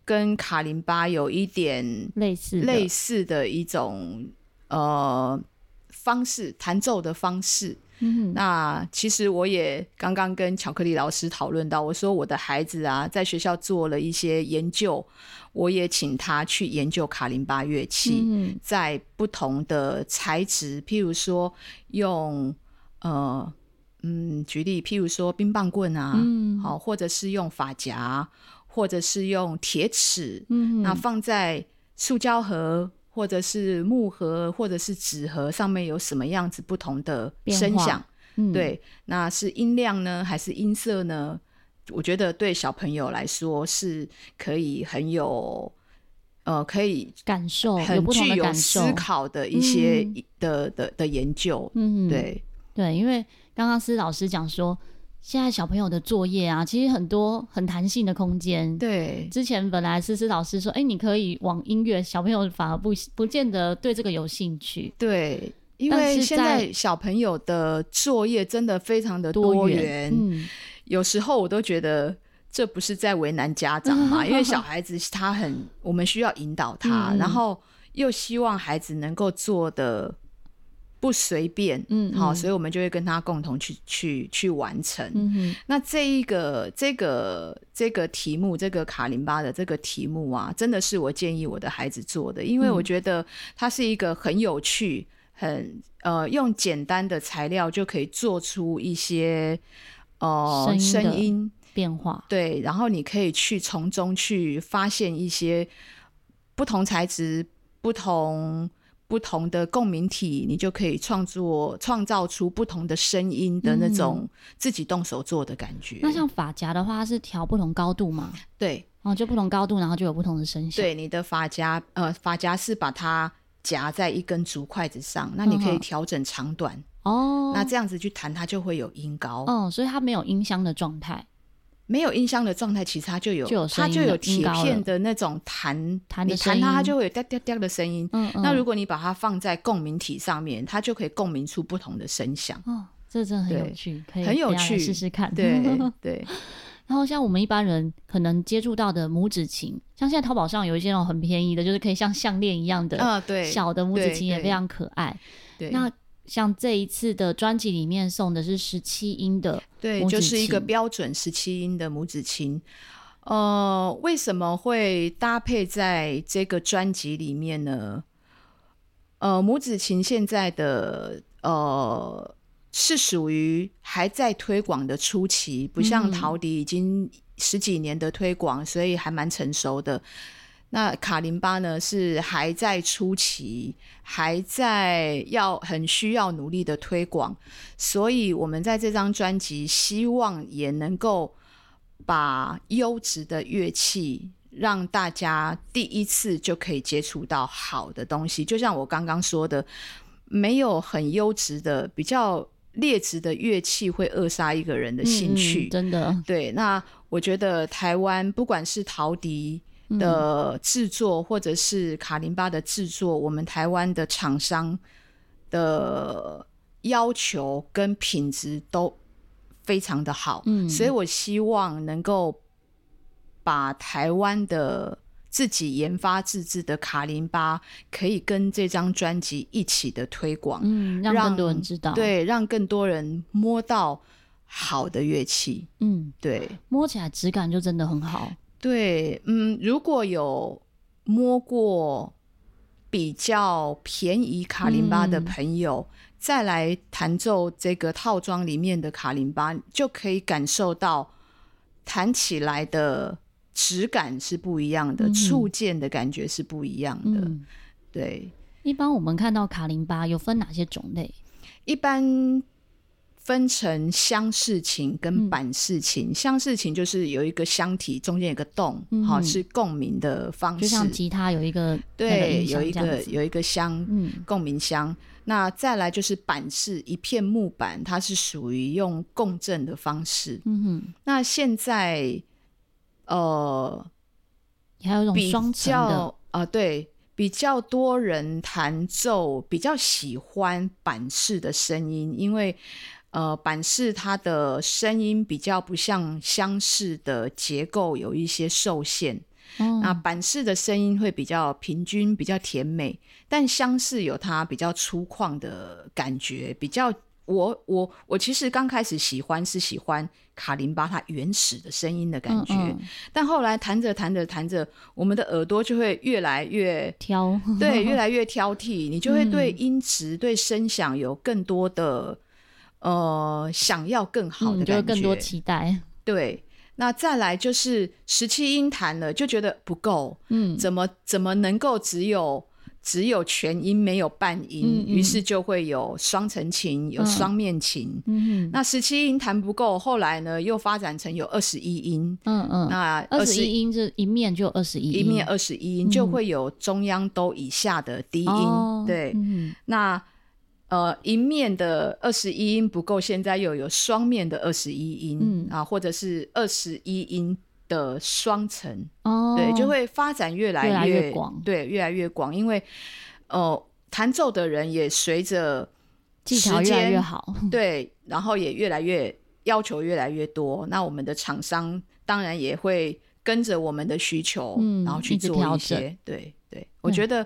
Speaker 2: 跟卡林巴有一点
Speaker 1: 类似的
Speaker 2: 类似的一种呃方式，弹奏的方式。
Speaker 1: 嗯哼
Speaker 2: 那其实我也刚刚跟巧克力老师讨论到，我说我的孩子啊，在学校做了一些研究，我也请他去研究卡林巴乐器。
Speaker 1: 嗯
Speaker 2: 在不同的材质，譬如说用呃嗯，举例，譬如说冰棒棍啊，
Speaker 1: 嗯
Speaker 2: 好、或者是用发夹，或者是用铁尺，
Speaker 1: 嗯
Speaker 2: 那放在塑胶盒。或者是木盒，或者是纸盒，上面有什么样子不同的
Speaker 1: 变
Speaker 2: 声
Speaker 1: 化
Speaker 2: 响？
Speaker 1: 嗯，
Speaker 2: 对，那是音量呢，还是音色呢？我觉得对小朋友来说是可以很有，呃，可以
Speaker 1: 感受，哦有
Speaker 2: 很
Speaker 1: 不同
Speaker 2: 具
Speaker 1: 的
Speaker 2: 有
Speaker 1: 感受。
Speaker 2: 思考的一些
Speaker 1: 嗯
Speaker 2: 一的的的研究。
Speaker 1: 嗯，
Speaker 2: 对，
Speaker 1: 对，因为刚刚施老师讲说，现在小朋友的作业啊，其实很多很弹性的空间。，
Speaker 2: 对，
Speaker 1: 之前本来思思老师说，哎、你可以往音乐，小朋友反而不不见得对这个有兴趣。
Speaker 2: 对，因
Speaker 1: 但
Speaker 2: 为
Speaker 1: 是
Speaker 2: 现
Speaker 1: 在
Speaker 2: 在小朋友的作业真的非常的多
Speaker 1: 元，嗯，
Speaker 2: 有时候我都觉得。这不是在为难家 长嘛？因为小孩子他很，我们需要引导他，
Speaker 1: 嗯
Speaker 2: 然后又希望孩子能够做的不随便，
Speaker 1: 嗯
Speaker 2: 好、
Speaker 1: 嗯
Speaker 2: 所以我们就会跟他共同去去去完成。
Speaker 1: 嗯
Speaker 2: 那这一个这个这个题目，这个卡林巴的这个题目啊，真的是我建议我的孩子做的，因为
Speaker 1: 嗯
Speaker 2: 我觉得它是一个很有趣、很呃用简单的材料就可以做出一些呃
Speaker 1: 声音的
Speaker 2: 声音，
Speaker 1: 哼，变化，
Speaker 2: 对，然后你可以去从中去发现一些不同材质、不同不同的共鸣体，你就可以创作创造出不同的声音的那种自己动手做的感觉。
Speaker 1: 嗯那像发夹的话，它是调不同高度嘛，
Speaker 2: 对
Speaker 1: 哦，就不同高度，然后就有不同的声响。
Speaker 2: 对，你的发夹呃发夹是把它夹在一根竹筷子上，那你
Speaker 1: 嗯
Speaker 2: 可以
Speaker 1: 哼
Speaker 2: 调整长短，
Speaker 1: 哦，
Speaker 2: 那这样子去弹它就会有音高。
Speaker 1: 哦，所以它没有音箱的状态，
Speaker 2: 没有音箱的状态，其实它就有
Speaker 1: 就有声
Speaker 2: 它
Speaker 1: 音
Speaker 2: 就有
Speaker 1: 了音
Speaker 2: 铁
Speaker 1: 高了
Speaker 2: 片的那种弹，
Speaker 1: 弹的
Speaker 2: 你弹
Speaker 1: 声
Speaker 2: 它它
Speaker 1: 音
Speaker 2: 就会有哒哒哒的声音。
Speaker 1: 嗯嗯。
Speaker 2: 那如果你把它放在共鸣体上面，它就可以共鸣出不同的声响。
Speaker 1: 哦，这真的很有
Speaker 2: 对
Speaker 1: 趣，可以
Speaker 2: 很有
Speaker 1: 等一下来
Speaker 2: 趣
Speaker 1: 试试看。
Speaker 2: 对对
Speaker 1: 然后像我们一般人可能接触到的拇指琴，像现在淘宝上有一些那种很便宜的，就是可以像项链一样的
Speaker 2: 啊，对，
Speaker 1: 小的拇指
Speaker 2: 对
Speaker 1: 琴，也
Speaker 2: 对
Speaker 1: 非常可爱。
Speaker 2: 对，
Speaker 1: 那像这一次的专辑里面送的是十七音的，
Speaker 2: 对
Speaker 1: 拇
Speaker 2: 就
Speaker 1: 指
Speaker 2: 是一个
Speaker 1: 琴
Speaker 2: 标准十七音的拇指琴。呃，为什么会搭配在这个专辑里面呢？呃，拇指琴现在的呃是属于还在推广的初期，不像
Speaker 1: 嗯
Speaker 2: 陶笛已经十几年的推广，所以还蛮成熟的。那卡林巴呢是还在初期，还在要很需要努力的推广，所以我们在这张专辑希望也能够把优质的乐器让大家第一次就可以接触到好的东西，就像我刚刚说的，没有很优质的、比较劣质的乐器会扼杀一个人的兴趣。
Speaker 1: 嗯嗯真的，
Speaker 2: 对，那我觉得台湾不管是陶笛
Speaker 1: 嗯
Speaker 2: 的制作，或者是卡林巴的制作，我们台湾的厂商的要求跟品质都非常的好，
Speaker 1: 嗯
Speaker 2: 所以我希望能够把台湾的自己研发自制的卡林巴，可以跟这张专辑一起的推广，
Speaker 1: 嗯，让更多人知道，，
Speaker 2: 对，让更多人摸到好的乐器，
Speaker 1: 嗯，
Speaker 2: 对。
Speaker 1: 摸起来质感就真的很好，
Speaker 2: 对，嗯，如果有摸过比较便宜卡林巴的
Speaker 1: 嗯
Speaker 2: 朋友，再来弹奏这个套装里面的卡林巴，就可以感受到弹起来的质感是不一样的，
Speaker 1: 嗯
Speaker 2: 触键的感觉是不一样的。
Speaker 1: 嗯。
Speaker 2: 对，
Speaker 1: 一般我们看到卡林巴有分哪些种类？
Speaker 2: 一般分成箱式琴跟
Speaker 1: 嗯
Speaker 2: 板式琴。箱式琴就是有一个箱体，中间有个洞，
Speaker 1: 嗯
Speaker 2: 好、是共鸣的方式，
Speaker 1: 就像吉他有一个那个
Speaker 2: 对，
Speaker 1: 音
Speaker 2: 有
Speaker 1: 箱
Speaker 2: 一
Speaker 1: 这样
Speaker 2: 个
Speaker 1: 子
Speaker 2: 有一个箱
Speaker 1: 嗯
Speaker 2: 共鸣箱。那再来就是板式，一片木板，它是属于用共振的方式。
Speaker 1: 嗯哼，
Speaker 2: 那现在呃
Speaker 1: 还有一种
Speaker 2: 比
Speaker 1: 哦双层的，
Speaker 2: 较啊、对，比较多人弹奏，比较喜欢板式的声音，因为呃板式它的声音比较不像箱式的结构有一些受限。
Speaker 1: 哦
Speaker 2: 那板式的声音会比较平均，比较甜美，但相似有它比较粗犷的感觉，比较我我我其实刚开始喜欢是喜欢卡林巴它原始的声音的感觉，
Speaker 1: 嗯嗯
Speaker 2: 但后来弹着弹着弹着，我们的耳朵就会越来 越
Speaker 1: 挑
Speaker 2: 对越来越挑剔，你就会对音质、对声响有更多的呃想要更好 的
Speaker 1: 嗯，
Speaker 2: 感
Speaker 1: 就
Speaker 2: 觉，
Speaker 1: 有更多期待，
Speaker 2: 对。那再来就是十七音弹了，就觉得不够，
Speaker 1: 嗯，
Speaker 2: 怎么怎么能够只有只有全音没有半音
Speaker 1: 嗯？嗯
Speaker 2: 于、是就会有双层琴，有
Speaker 1: 嗯
Speaker 2: 双面琴。
Speaker 1: 嗯哼
Speaker 2: 那十七音弹不够，后来呢又发展成有二十一音，
Speaker 1: 嗯嗯，
Speaker 2: 那
Speaker 1: 二十
Speaker 2: 十
Speaker 1: 一音这一面就有二十一
Speaker 2: 一
Speaker 1: 音，
Speaker 2: 面二十一音、就
Speaker 1: 嗯
Speaker 2: 会有中央兜以下的低音。
Speaker 1: 哦
Speaker 2: 对，
Speaker 1: 嗯
Speaker 2: 那呃一面的二十一音不够，现在又有双面的二十一音、
Speaker 1: 嗯
Speaker 2: 啊，或者是二十一音的双层。
Speaker 1: 哦，
Speaker 2: 对，就会发展越来
Speaker 1: 越来越广
Speaker 2: 对，越来越广，因为呃，弹奏的人也随着
Speaker 1: 技巧
Speaker 2: 时
Speaker 1: 越来越
Speaker 2: 间
Speaker 1: 好，
Speaker 2: 对，然后也越来越要求越来越多，那我们的厂商当然也会跟着我们的需求，
Speaker 1: 嗯
Speaker 2: 然后去
Speaker 1: 一直
Speaker 2: 做
Speaker 1: 调
Speaker 2: 一些，对对，我觉得。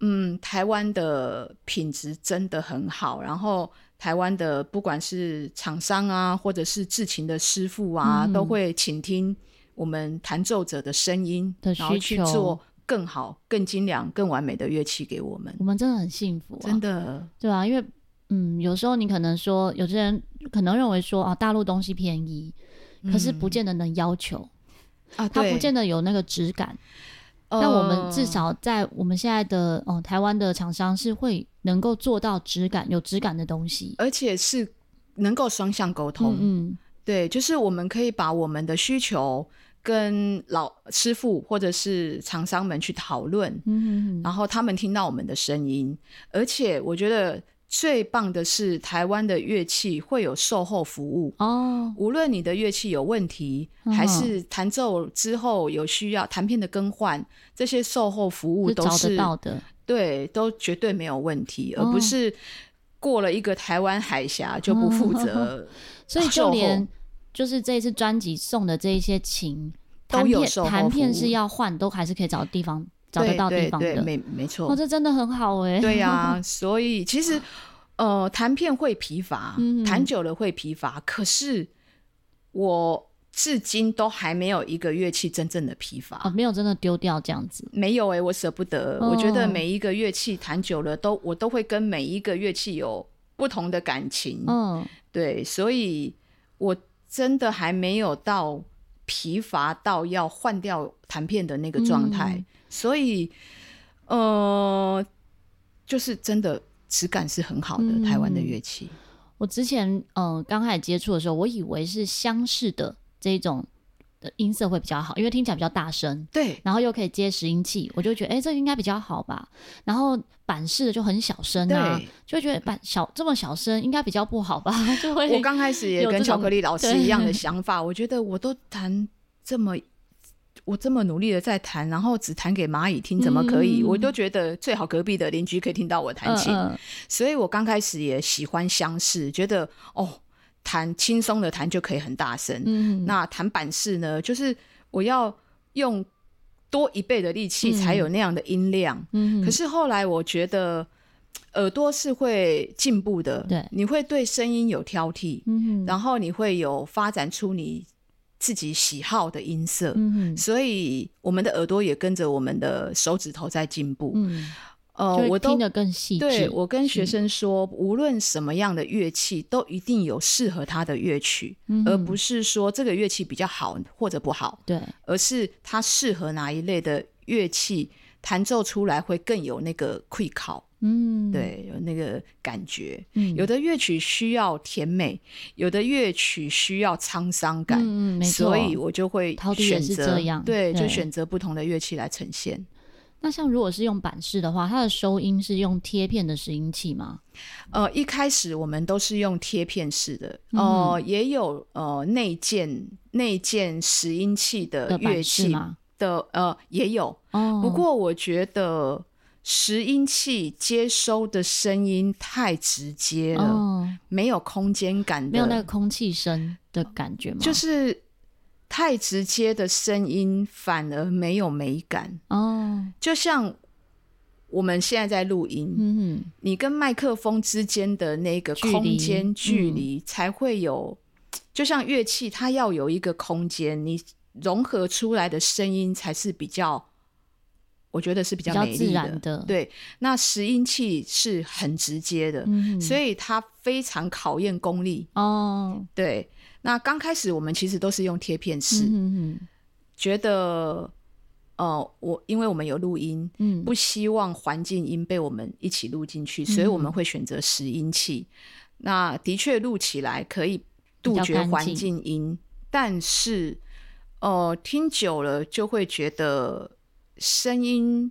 Speaker 2: 嗯，台湾的品质真的很好，然后台湾的不管是厂商啊，或者是制琴的师傅啊，
Speaker 1: 嗯
Speaker 2: 都会倾听我们弹奏者的声音，
Speaker 1: 的
Speaker 2: 然后
Speaker 1: 需
Speaker 2: 去
Speaker 1: 求
Speaker 2: 做更好、更精良、更完美的乐器给我们。
Speaker 1: 我们真的很幸福、啊，
Speaker 2: 真的，
Speaker 1: 对啊，因为嗯，有时候你可能说，有些人可能认为说啊，大陆东西便宜，可是不
Speaker 2: 嗯
Speaker 1: 见得能要求，它
Speaker 2: 啊，对
Speaker 1: 不见得有那个质感。但我们至
Speaker 2: 呃
Speaker 1: 少在我们现在的哦、台湾的厂商是会能够做到质感有质感的东西。
Speaker 2: 而且是能够双向沟通。
Speaker 1: 嗯
Speaker 2: 对，就是我们可以把我们的需求跟老师傅或者是厂商们去讨论，
Speaker 1: 嗯嗯
Speaker 2: 然后他们听到我们的声音，而且我觉得最棒的是台湾的乐器会有售后服务。
Speaker 1: 哦，
Speaker 2: 无论你的乐器有问题，
Speaker 1: 嗯
Speaker 2: 还是弹奏之后有需要弹片的更换，这些售后服务
Speaker 1: 是
Speaker 2: 都
Speaker 1: 找
Speaker 2: 是
Speaker 1: 得到的。
Speaker 2: 对，都绝对没有问题，而
Speaker 1: 哦
Speaker 2: 不是过了一个台湾海峡就不负责售
Speaker 1: 所
Speaker 2: 后，
Speaker 1: 以就连就是这一次专辑送的这一些琴，
Speaker 2: 都
Speaker 1: 弹
Speaker 2: 有
Speaker 1: 片
Speaker 2: 售后
Speaker 1: 弹片
Speaker 2: 服务
Speaker 1: 是要换，都还是可以找地方 找得
Speaker 2: 对
Speaker 1: 到地
Speaker 2: 对
Speaker 1: 方
Speaker 2: 对，
Speaker 1: 的。
Speaker 2: 没没错
Speaker 1: 哦，，这真的很好哎、
Speaker 2: 对呀、 所以其实呃，弹片会疲乏，
Speaker 1: 嗯
Speaker 2: 弹久了会疲乏，可是我至今都还没有一个乐器真正的疲乏。
Speaker 1: 哦，没有真的丢掉这样子。
Speaker 2: 没有哎、我舍不得。我觉得
Speaker 1: 哦
Speaker 2: 每一个乐器弹久了都，我都会跟每一个乐器有不同的感情。
Speaker 1: 嗯，
Speaker 2: 对，所以我真的还没有到疲乏到要换掉弹片的那个状态，
Speaker 1: 嗯
Speaker 2: 所以呃，就是真的质感是很好的，
Speaker 1: 嗯
Speaker 2: 台湾的乐器。
Speaker 1: 我之前嗯刚开始接触的时候，我以为是相似的这一种的音色会比较好，因为听起来比较大声，
Speaker 2: 对
Speaker 1: 然后又可以接拾音器，我就觉得哎、诶这个应该比较好吧。然后板式的就很小声啊，
Speaker 2: 对，
Speaker 1: 就会觉得板小这么小声应该比较不好吧， 就会
Speaker 2: 我刚开始也
Speaker 1: 哎有
Speaker 2: 跟
Speaker 1: 这
Speaker 2: 巧
Speaker 1: 种
Speaker 2: 克力老师
Speaker 1: 对
Speaker 2: 一 样的想法，我觉得我都弹这么。我这么努力的在弹，然后只弹给蚂蚁听，怎么可以？
Speaker 1: 嗯
Speaker 2: 我都觉得最好隔壁的邻居可以听到我弹琴。
Speaker 1: 嗯嗯
Speaker 2: 所以我刚开始也喜欢相似，觉得哦，弹轻松的弹就可以很大声，
Speaker 3: 嗯，
Speaker 2: 那弹板式呢，就是我要用多一倍的力气才有那样的音量。
Speaker 3: 嗯
Speaker 2: 可是后来我觉得呃耳朵是会进步的，
Speaker 1: 对
Speaker 2: 你会对声音有挑剔，
Speaker 1: 嗯
Speaker 2: 然后你会有发展出你自己喜好的音色。
Speaker 1: 嗯
Speaker 2: 所以我们的耳朵也跟着我们的手指头在进步。
Speaker 1: 嗯，
Speaker 2: 呃
Speaker 1: 就，
Speaker 2: 我
Speaker 1: 是
Speaker 2: 都
Speaker 1: 听得更细致。
Speaker 2: 对我跟
Speaker 1: 嗯
Speaker 2: 学生说，无论什么样的乐器，都一定有适合他的乐曲，
Speaker 1: 嗯
Speaker 2: 而不是说这个乐器比较好或者不好，
Speaker 1: 对，
Speaker 2: 而是它适合哪一类的乐器，弹奏出来会更有那个溃考，
Speaker 1: 嗯，，
Speaker 2: 对，有那个感觉。
Speaker 1: 嗯
Speaker 2: 有的乐曲需要甜美，有的乐曲需要沧桑感。
Speaker 1: 嗯嗯，没错。
Speaker 2: 所以我就会
Speaker 1: 陶笛也
Speaker 2: 选
Speaker 1: 是
Speaker 2: 择
Speaker 1: 这样
Speaker 2: 对，就
Speaker 1: 对
Speaker 2: 选择不同的乐器来呈现。
Speaker 1: 那像如果是用板式的话，它的收音是用贴片的拾音器吗？
Speaker 2: 呃，一开始我们都是用贴片式的，
Speaker 1: 嗯
Speaker 2: 哦、也有呃内建内建拾音器的
Speaker 1: 的
Speaker 2: 乐
Speaker 1: 板式
Speaker 2: 器
Speaker 1: 吗？
Speaker 2: 的，呃，也有。
Speaker 1: 哦，
Speaker 2: 呃不过我觉得拾音器接收的声音太直接了，
Speaker 1: 哦，
Speaker 2: 没有空间感的，
Speaker 1: 没有那个空气声的感觉吗？
Speaker 2: 呃就是太直接的声音反而没有美感。
Speaker 1: 哦，
Speaker 2: 就像我们现在在录音，
Speaker 1: 嗯
Speaker 2: 你跟麦克风之间的那个
Speaker 1: 距离
Speaker 2: 空间距
Speaker 1: 嗯
Speaker 2: 离才会有，就像乐器，它要有一个空间，你融合出来的声音才是比较，我觉得是比较
Speaker 1: 比较
Speaker 2: 美丽
Speaker 1: 自然的
Speaker 2: 对，那拾音器是很直接的，
Speaker 1: 嗯，
Speaker 2: 所
Speaker 1: 以
Speaker 2: 以它非常考验功力。
Speaker 1: 哦，
Speaker 2: 对，那刚开始我们其实都是用贴片式，
Speaker 1: 嗯嗯
Speaker 2: 觉得，呃，我因为我们有录音，
Speaker 1: 嗯，
Speaker 2: 不希望环境音被我们一起录进去，所以我们会选择拾音器。那的确录起来可以杜
Speaker 1: 比较
Speaker 2: 绝
Speaker 1: 干净
Speaker 2: 环境音，但是呃，听久了就会觉得声音，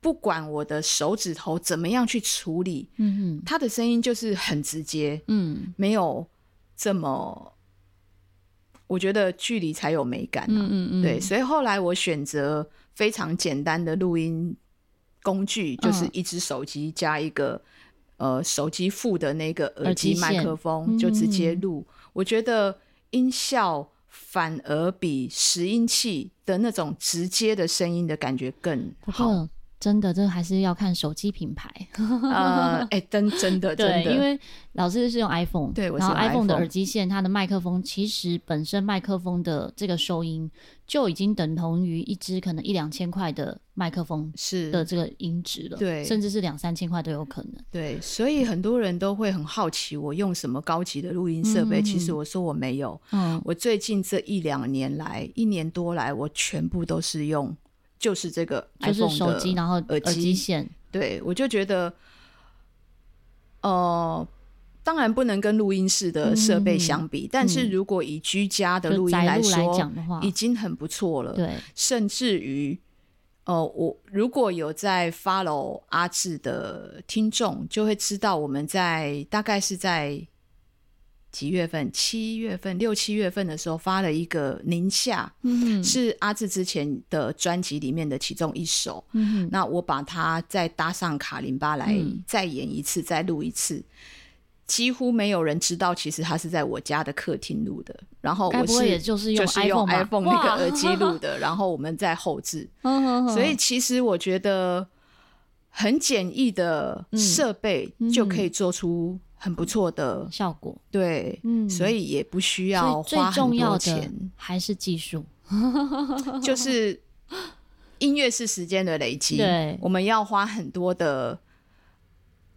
Speaker 2: 不管我的手指头怎么样去处理，
Speaker 1: 嗯嗯
Speaker 2: 它的声音就是很直接，
Speaker 1: 嗯
Speaker 2: 没有这么，我觉得距离才有美感、啊。
Speaker 1: 嗯嗯嗯，
Speaker 2: 对，所以后来我选择非常简单的录音工具，
Speaker 1: 嗯
Speaker 2: 就是一只手机加一个、呃手机附的那个耳
Speaker 1: 耳
Speaker 2: 机
Speaker 1: 机
Speaker 2: 麦
Speaker 1: 线
Speaker 2: 克风，
Speaker 1: 嗯
Speaker 2: 就直接录。我觉得音效反而比拾音器的那种直接的声音的感觉更
Speaker 1: 不
Speaker 2: 好。
Speaker 1: 过真的，这还是要看手机品 牌。
Speaker 2: 呃， 哎、真真的真
Speaker 1: 对，
Speaker 2: 的，
Speaker 1: 因为老师是用 iPhone，
Speaker 2: 对我是
Speaker 1: 然后
Speaker 2: 用
Speaker 1: iPhone 的
Speaker 2: iPhone
Speaker 1: 耳机线，它的麦克风其实本身麦克风的这个收音就已经等同于一支可能一两千块的麦克风
Speaker 2: 是
Speaker 1: 的这个音质了，
Speaker 2: 对
Speaker 1: 甚至是两三千块都有可能。
Speaker 2: 对，所以很多人都会很好奇我用什么高级的录音设备，
Speaker 1: 嗯
Speaker 2: 其实我说我没有。
Speaker 1: 嗯，
Speaker 2: 我最近这一两年来，一年多来，我全部都是用就是这个
Speaker 1: 就是
Speaker 2: iPhone 的
Speaker 1: 手机，然后
Speaker 2: 耳
Speaker 1: 耳
Speaker 2: 机
Speaker 1: 机线，
Speaker 2: 对我就觉得，呃，当然不能跟录音室的设备相比，但是如果以居家的录
Speaker 1: 嗯就
Speaker 2: 音
Speaker 1: 宅录来
Speaker 2: 说，
Speaker 1: 讲的话
Speaker 2: 已，经很不错了。
Speaker 1: 对，
Speaker 2: 甚至于，呃，我如果有在 follow 阿志的听众，就会知道我们在大概是在几月份，七月份、六七月份的时候发了一个宁夏，
Speaker 1: 嗯
Speaker 2: 是阿志之前的专辑里面的其中一首。
Speaker 1: 嗯
Speaker 2: 那我把它再搭上卡林巴来、
Speaker 1: 嗯
Speaker 2: 再演一次，再录一次。几乎没有人知道，其实它是在我家的客厅录的。然后
Speaker 1: 该
Speaker 2: 我
Speaker 1: 不
Speaker 2: 是
Speaker 1: 会也就是用
Speaker 2: 就是用
Speaker 1: iPhone 吧
Speaker 2: iPhone 那个
Speaker 1: 哇嗯
Speaker 2: 耳机录 的，然后我们再后置。
Speaker 1: 哼哼哼
Speaker 2: 嗯所以其实我觉得很简易的设备
Speaker 1: 嗯
Speaker 2: 就可以做出很不错的，
Speaker 1: 效果，
Speaker 2: 对，
Speaker 1: 嗯
Speaker 2: 所以也不需要
Speaker 1: 所以最
Speaker 2: 花很
Speaker 1: 重
Speaker 2: 多
Speaker 1: 要的
Speaker 2: 钱，
Speaker 1: 还是技术，
Speaker 2: 就是音乐是时间的累积，
Speaker 1: 对
Speaker 2: 我们要花很多的。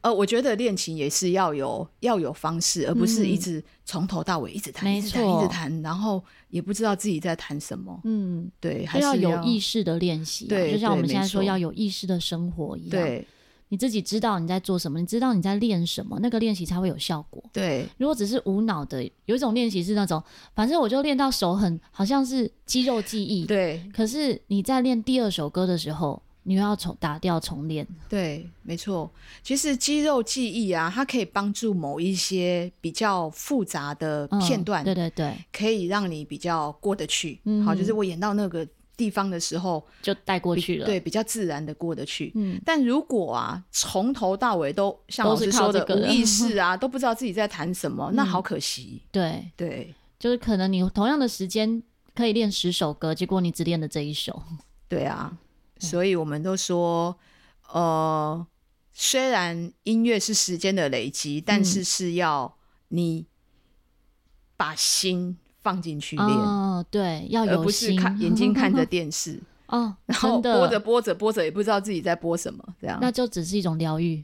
Speaker 2: 呃，我觉得练琴也是要有要有方式，而不是一直从头到尾一直弹，
Speaker 1: 嗯没
Speaker 2: 一直弹，
Speaker 1: 错
Speaker 2: 一直弹，然后也不知道自己在弹什么。
Speaker 1: 嗯。
Speaker 2: 对，还
Speaker 1: 就是要有意识的练习、啊，
Speaker 2: 对
Speaker 1: 就像我
Speaker 2: 对
Speaker 1: 们现
Speaker 2: 没
Speaker 1: 在说
Speaker 2: 错
Speaker 1: 要有意识的生活一样。，
Speaker 2: 对
Speaker 1: 你自己知道你在做什么，你知道你在练什么，那个练习才会有效果。
Speaker 2: 对，
Speaker 1: 如果只是无脑的，有一种练习是那种，反正我就练到手很，好像是肌肉记忆。。
Speaker 2: 对
Speaker 1: 可是你在练第二首歌的时候，你又要重打掉重练。
Speaker 2: 对，没错。其实肌肉记忆啊，它可以帮助某一些比较复杂的
Speaker 1: 嗯
Speaker 2: 片段，
Speaker 1: 对对对，
Speaker 2: 可以让你比较过得去。
Speaker 1: 嗯
Speaker 2: 好，就是我演到那个地方的时候，
Speaker 1: 就带过去了。
Speaker 2: 对，比较自然的过得去。
Speaker 1: 啊嗯，
Speaker 2: 但如果啊，从头到尾都像
Speaker 1: 都
Speaker 2: 老
Speaker 1: 是
Speaker 2: 师
Speaker 1: 靠
Speaker 2: 说
Speaker 1: 这
Speaker 2: 的
Speaker 1: 个
Speaker 2: 无
Speaker 1: 的
Speaker 2: 意识啊，都不知道自己在谈什么，那
Speaker 1: 嗯
Speaker 2: 好可惜。
Speaker 1: 对，
Speaker 2: 对
Speaker 1: 就是可能你同样的时间可以练十首歌，结果你只练了这一首。
Speaker 2: 对啊，
Speaker 1: 嗯
Speaker 2: 所以我们都说，呃，虽然音乐是时间的累积，但
Speaker 1: 嗯
Speaker 2: 是是要你把心放进去练，
Speaker 1: 哦，对，要
Speaker 2: 而
Speaker 1: 有
Speaker 2: 不是
Speaker 1: 心，
Speaker 2: 看眼 睛看着电视，
Speaker 1: 哦，
Speaker 2: 然
Speaker 1: 真
Speaker 2: 后播着
Speaker 1: 的，
Speaker 2: 播着播着也不知道自己在播什么，这样
Speaker 1: 那就只是一种疗愈。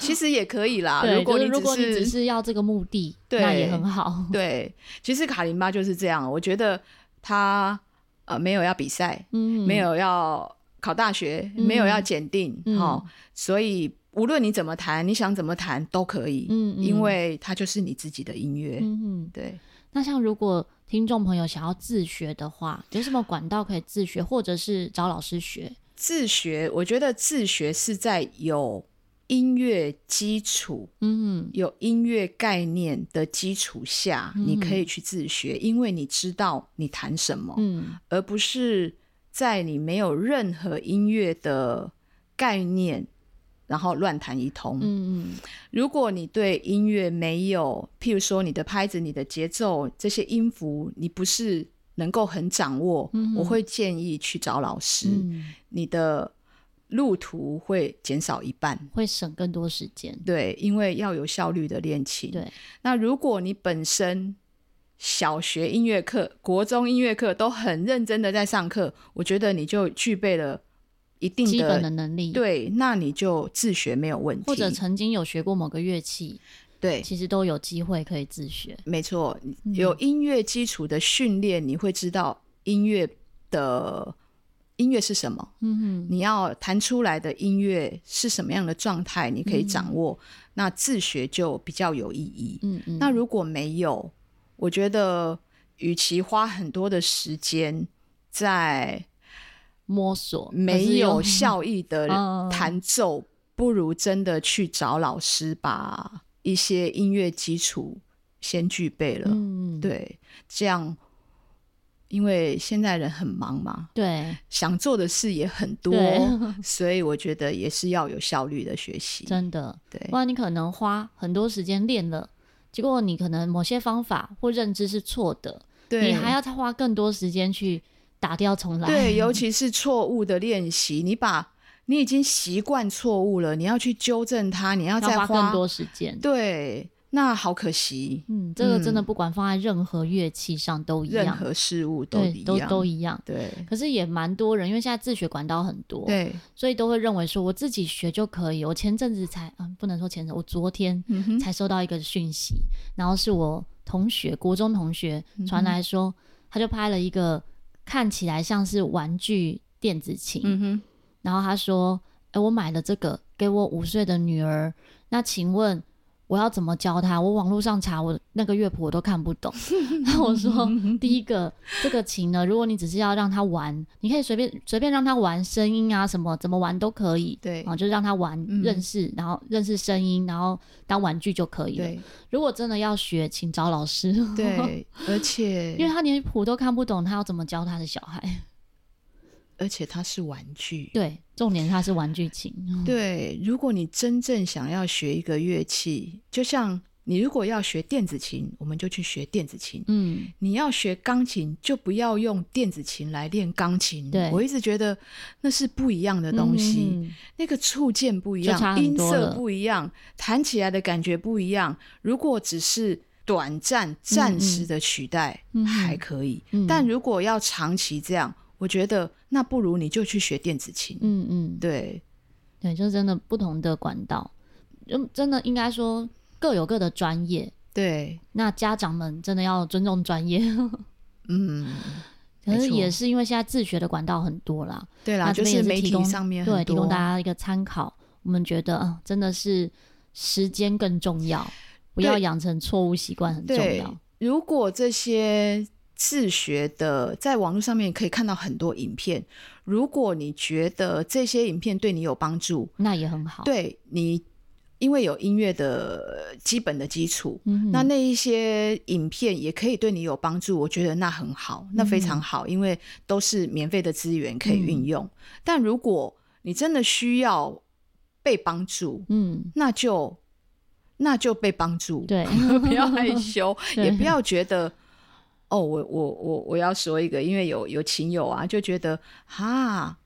Speaker 2: 其实也可以啦。
Speaker 1: 对，
Speaker 2: 如果
Speaker 1: 就是
Speaker 2: 你
Speaker 1: 如果你
Speaker 2: 只
Speaker 1: 只
Speaker 2: 是
Speaker 1: 是要这个目的，
Speaker 2: 对
Speaker 1: 那也很好。
Speaker 2: 对，其实卡琳巴就是这样，我觉得他呃没有要比赛，
Speaker 1: 嗯，
Speaker 2: 没有要考大学，没有要检定，
Speaker 1: 嗯
Speaker 2: 好、所以无论你怎么弹，你想怎么弹都可以，
Speaker 1: 嗯，嗯，
Speaker 2: 因为它就是你自己的音乐，
Speaker 1: 嗯嗯，
Speaker 2: 对，
Speaker 1: 那像如果听众朋友想要自学的话，有什么管道可以自学，或者是找老师学？
Speaker 2: 自学，我觉得自学是在有音乐基础、
Speaker 1: 嗯
Speaker 2: 有音乐概念的基础下，
Speaker 1: 嗯
Speaker 2: 你可以去自学，因为你知道你弹什么，
Speaker 1: 嗯
Speaker 2: 而不是在你没有任何音乐的概念，然后乱弹一通。
Speaker 1: 嗯
Speaker 2: 如果你对音乐没有，譬如说你的拍子、你的节奏这些音符，你不是能够很掌握，
Speaker 1: 嗯
Speaker 2: 我会建议去找老师，
Speaker 1: 嗯，
Speaker 2: 你的路途会减少一半。
Speaker 1: 会省更多时间。
Speaker 2: 对，因为要有效率的练琴。
Speaker 1: 对，
Speaker 2: 那如果你本身小学音乐课、国中音乐课都很认真的在上课，我觉得你就具备了一定的
Speaker 1: 基本的能力，，
Speaker 2: 对，那你就自学没有问题。
Speaker 1: 或者曾经有学过某个乐器，
Speaker 2: 对，
Speaker 1: 其实都有机会可以自学。
Speaker 2: 没错，
Speaker 1: 嗯
Speaker 2: 有音乐基础的训练，你会知道音乐的音乐是什么，
Speaker 1: 嗯
Speaker 2: 你要弹出来的音乐是什么样的状态，你可以掌握。那自学就比较有意义。
Speaker 1: 嗯嗯，
Speaker 2: 那如果没有，我觉得与其花很多的时间在
Speaker 1: 摸索还是
Speaker 2: 没有效益的
Speaker 1: 嗯
Speaker 2: 弹奏，不如真的去找老师把一些音乐基础先具备了。
Speaker 1: 嗯嗯
Speaker 2: 对，这样，因为现在人很忙嘛，
Speaker 1: 对
Speaker 2: 想做的事也很多
Speaker 1: 对，
Speaker 2: 所以我觉得也是要有效率的学习。
Speaker 1: 真的，
Speaker 2: 对
Speaker 1: 不，然你可能花很多时间练了，结果你可能某些方法或认知是错的，
Speaker 2: 对，
Speaker 1: 你还要再花更多时间去打掉重来。
Speaker 2: 对，尤其是错误的练习，你把你已经习惯错误了，你要去纠正它，你要
Speaker 1: 要
Speaker 2: 再
Speaker 1: 花更多时间。
Speaker 2: 对，那好可惜，
Speaker 1: 嗯，这个真的
Speaker 2: 嗯
Speaker 1: 不管放在任何乐器上都一
Speaker 2: 任
Speaker 1: 样，
Speaker 2: 何事物都
Speaker 1: 对，
Speaker 2: 一
Speaker 1: 都
Speaker 2: 样，
Speaker 1: 都一样。
Speaker 2: 对
Speaker 1: 可是也蛮多人，因为现在自学管道很多，
Speaker 2: 对，
Speaker 1: 所以都会认为说我自己学就可以。我前阵子才，嗯，不能说前阵，我昨天
Speaker 2: 嗯哼，
Speaker 1: 才收到一个讯息，然后是我同学，国中同学
Speaker 2: 嗯
Speaker 1: 传来说，他就拍了一个看起来像是玩具电子琴，
Speaker 2: 嗯哼，
Speaker 1: 然后他说：“哎、我买了这个给我五岁的女儿，那请问我要怎么教她？我网络上查，我那个乐谱我都看不 懂。”然后我说：“第一个，这个琴呢，如果你只是要让她玩，你可以随便随便让她玩声音啊，什么怎么玩都可以。”
Speaker 2: 对
Speaker 1: 啊，就是让她玩
Speaker 2: 嗯
Speaker 1: 认识，然后认识声音，然后当玩具就可以了。
Speaker 2: 对
Speaker 1: 如果真的要学，请找老师，
Speaker 2: 对，而且
Speaker 1: 因为他连谱都看不懂，他要怎么教他的小孩？
Speaker 2: 而且它是玩具。
Speaker 1: 对，重点是他是玩具琴。
Speaker 2: 对，如果你真正想要学一个乐器，就像你如果要学电子琴，我们就去学电子琴；
Speaker 1: 嗯，
Speaker 2: 你要学钢琴，就不要用电子琴来练钢琴。
Speaker 1: 对
Speaker 2: 我一直觉得那是不一样的东西，
Speaker 1: 嗯
Speaker 2: 那个触键不一
Speaker 1: 就差
Speaker 2: 样，
Speaker 1: 很
Speaker 2: 音
Speaker 1: 多
Speaker 2: 色
Speaker 1: 了
Speaker 2: 不一样，弹起来的感觉不一样。如果只是短暂、暂时的取代，
Speaker 1: 嗯
Speaker 2: 还可以；
Speaker 1: 嗯
Speaker 2: 但如果要长期这样，我觉得那不如你就去学电子琴。
Speaker 1: 嗯嗯，
Speaker 2: 对，
Speaker 1: 对，就是真的不同的管道，嗯，真的应该说各有各的专业。
Speaker 2: 对。
Speaker 1: 那家长们真的要尊重专业，
Speaker 2: 嗯，
Speaker 1: 可
Speaker 2: 没
Speaker 1: 是
Speaker 2: 错
Speaker 1: 也是因为现在自学的管道很多啦，
Speaker 2: 对啦，
Speaker 1: 那
Speaker 2: 就
Speaker 1: 这边也是
Speaker 2: 媒
Speaker 1: 提
Speaker 2: 体
Speaker 1: 供
Speaker 2: 上面
Speaker 1: 对，
Speaker 2: 很
Speaker 1: 提供
Speaker 2: 多
Speaker 1: 大家一个参考。我们觉得，嗯，真的是时间更重要，不
Speaker 2: 对
Speaker 1: 要养成错误习惯很重
Speaker 2: 对
Speaker 1: 要。。
Speaker 2: 如果这些自学的，在网络上面可以看到很多影片，如果你觉得这些影片对你有帮助，
Speaker 1: 哦那也很好。
Speaker 2: 对你因为有音乐的基本的基础，
Speaker 1: 嗯哼
Speaker 2: 那那一些影片也可以对你有帮助，我觉得那很好，
Speaker 1: 嗯
Speaker 2: 那非常好，因为都是免费的资源可以运用。
Speaker 1: 嗯
Speaker 2: 但如果你真的需要被帮助，
Speaker 1: 嗯，
Speaker 2: 那就那就被帮助，
Speaker 1: 对
Speaker 2: 不要害羞，
Speaker 1: 对
Speaker 2: 也不要觉得。哦，我我我我要说一个，因为有有亲友啊，就觉得哈，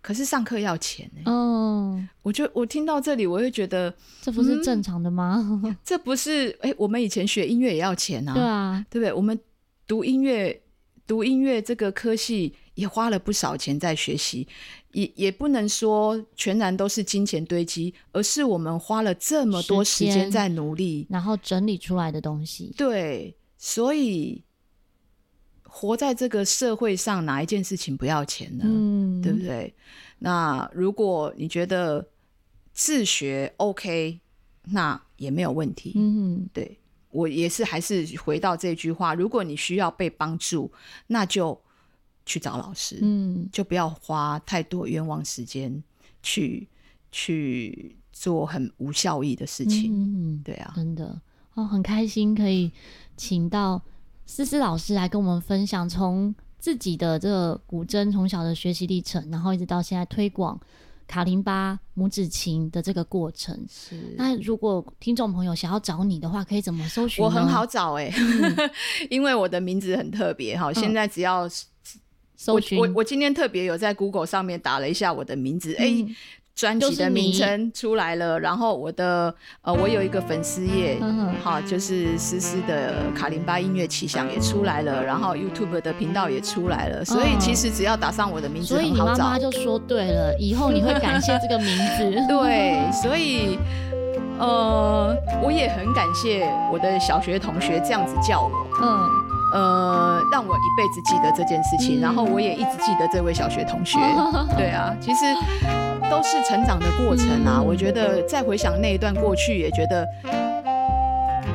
Speaker 2: 可是上课要钱呢、
Speaker 1: 哦，
Speaker 2: 我就我听到这里，我会觉得
Speaker 1: 这不是
Speaker 2: 嗯
Speaker 1: 正常的吗？
Speaker 2: 这不是哎、我们以前学音乐也要钱啊，
Speaker 1: 对啊，
Speaker 2: 对不对？我们读音乐，读音乐这个科系也花了不少钱在学习，也也不能说全然都是金钱堆积，而是我们花了这么多
Speaker 1: 时
Speaker 2: 时
Speaker 1: 间
Speaker 2: 间在努力。
Speaker 1: 然后整理出来的东西，
Speaker 2: 对，所以活在这个社会上，哪一件事情不要钱呢？
Speaker 1: 嗯，
Speaker 2: 对不？对？那如果你觉得自学 OK，那也没有问题。
Speaker 1: 嗯，
Speaker 2: 对我也是，还是回到这句话：如果你需要被帮助，那就去找老师，
Speaker 1: 嗯，
Speaker 2: 就不要花太多冤枉时间去去做很无效益的事情。
Speaker 1: 嗯，
Speaker 2: 对啊，
Speaker 1: 真的哦，很开心可以请到思思老师来跟我们分享从自己的这个古筝从小的学习历程，然后一直到现在推广卡林巴、拇指琴的这个过程。
Speaker 2: 是
Speaker 1: 那如果听众朋友想要找你的话，可以怎么搜寻？
Speaker 2: 我很好，找哎、
Speaker 1: 嗯
Speaker 2: 因为我的名字很特别哈。现在只要、
Speaker 1: 搜
Speaker 2: 我
Speaker 1: 寻
Speaker 2: 我我今天特别有在 Google 上面打了一下我的名字，哎、
Speaker 1: 嗯
Speaker 2: 专
Speaker 1: 就
Speaker 2: 辑
Speaker 1: 是
Speaker 2: 的名
Speaker 1: 你
Speaker 2: 称出来了，然后我的呃，我有一个粉丝页，
Speaker 1: 嗯哼
Speaker 2: 好，就是思思的卡林巴音乐奇想也出来了，然后 YouTube 的频道也出来了，所以
Speaker 1: 嗯
Speaker 2: 其实只要打上我的名字
Speaker 1: 所以
Speaker 2: 很
Speaker 1: 你
Speaker 2: 好
Speaker 1: 妈
Speaker 2: 找
Speaker 1: 妈。就说对了，以后你会感谢这个名字。
Speaker 2: 对，所以呃，我也很感谢我的小学同学这样子叫我，
Speaker 1: 嗯，
Speaker 2: 呃，让我一辈子记得这件事
Speaker 1: 嗯
Speaker 2: 情，然后我也一直记得这位小学同 学。对啊，其实都是成长的过程啊。
Speaker 1: 嗯
Speaker 2: 我觉得再回想那一段过去，也觉得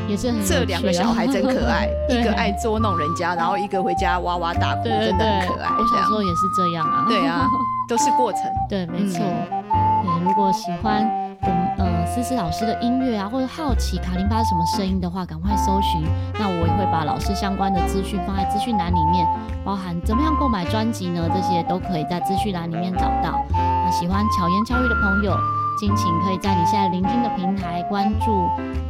Speaker 1: 也是很有
Speaker 2: 这两个
Speaker 1: 趣啊
Speaker 2: 小孩真可爱，
Speaker 1: 嗯 对
Speaker 2: 一个爱捉弄人家，然后一个回家哇哇大哭，
Speaker 1: 对对
Speaker 2: 真的
Speaker 1: 对
Speaker 2: 很可爱。
Speaker 1: 我
Speaker 2: 这
Speaker 1: 小时
Speaker 2: 样
Speaker 1: 候也是这样啊。
Speaker 2: 对啊，都是过程。
Speaker 1: 对，没
Speaker 2: 嗯
Speaker 1: 错。对，如果喜欢我们呃思思老师的音乐啊，或者好奇卡林巴是什么声音的话，赶快搜寻。那我也会把老师相关的资讯放在资讯栏里面，包含怎么样购买专辑呢，这些都可以在资讯栏里面找到。那喜欢巧言巧语的朋友，敬请可以在你现在聆听的平台关注，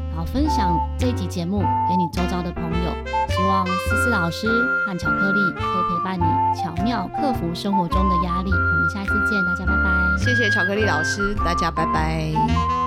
Speaker 1: 然后分享这一集节目给你周遭的朋友。希望思思老师和巧克力可以陪伴你，巧妙克服生活中的压力。我们下一次见，大家拜拜。
Speaker 2: 谢谢巧克力老师，大家拜拜。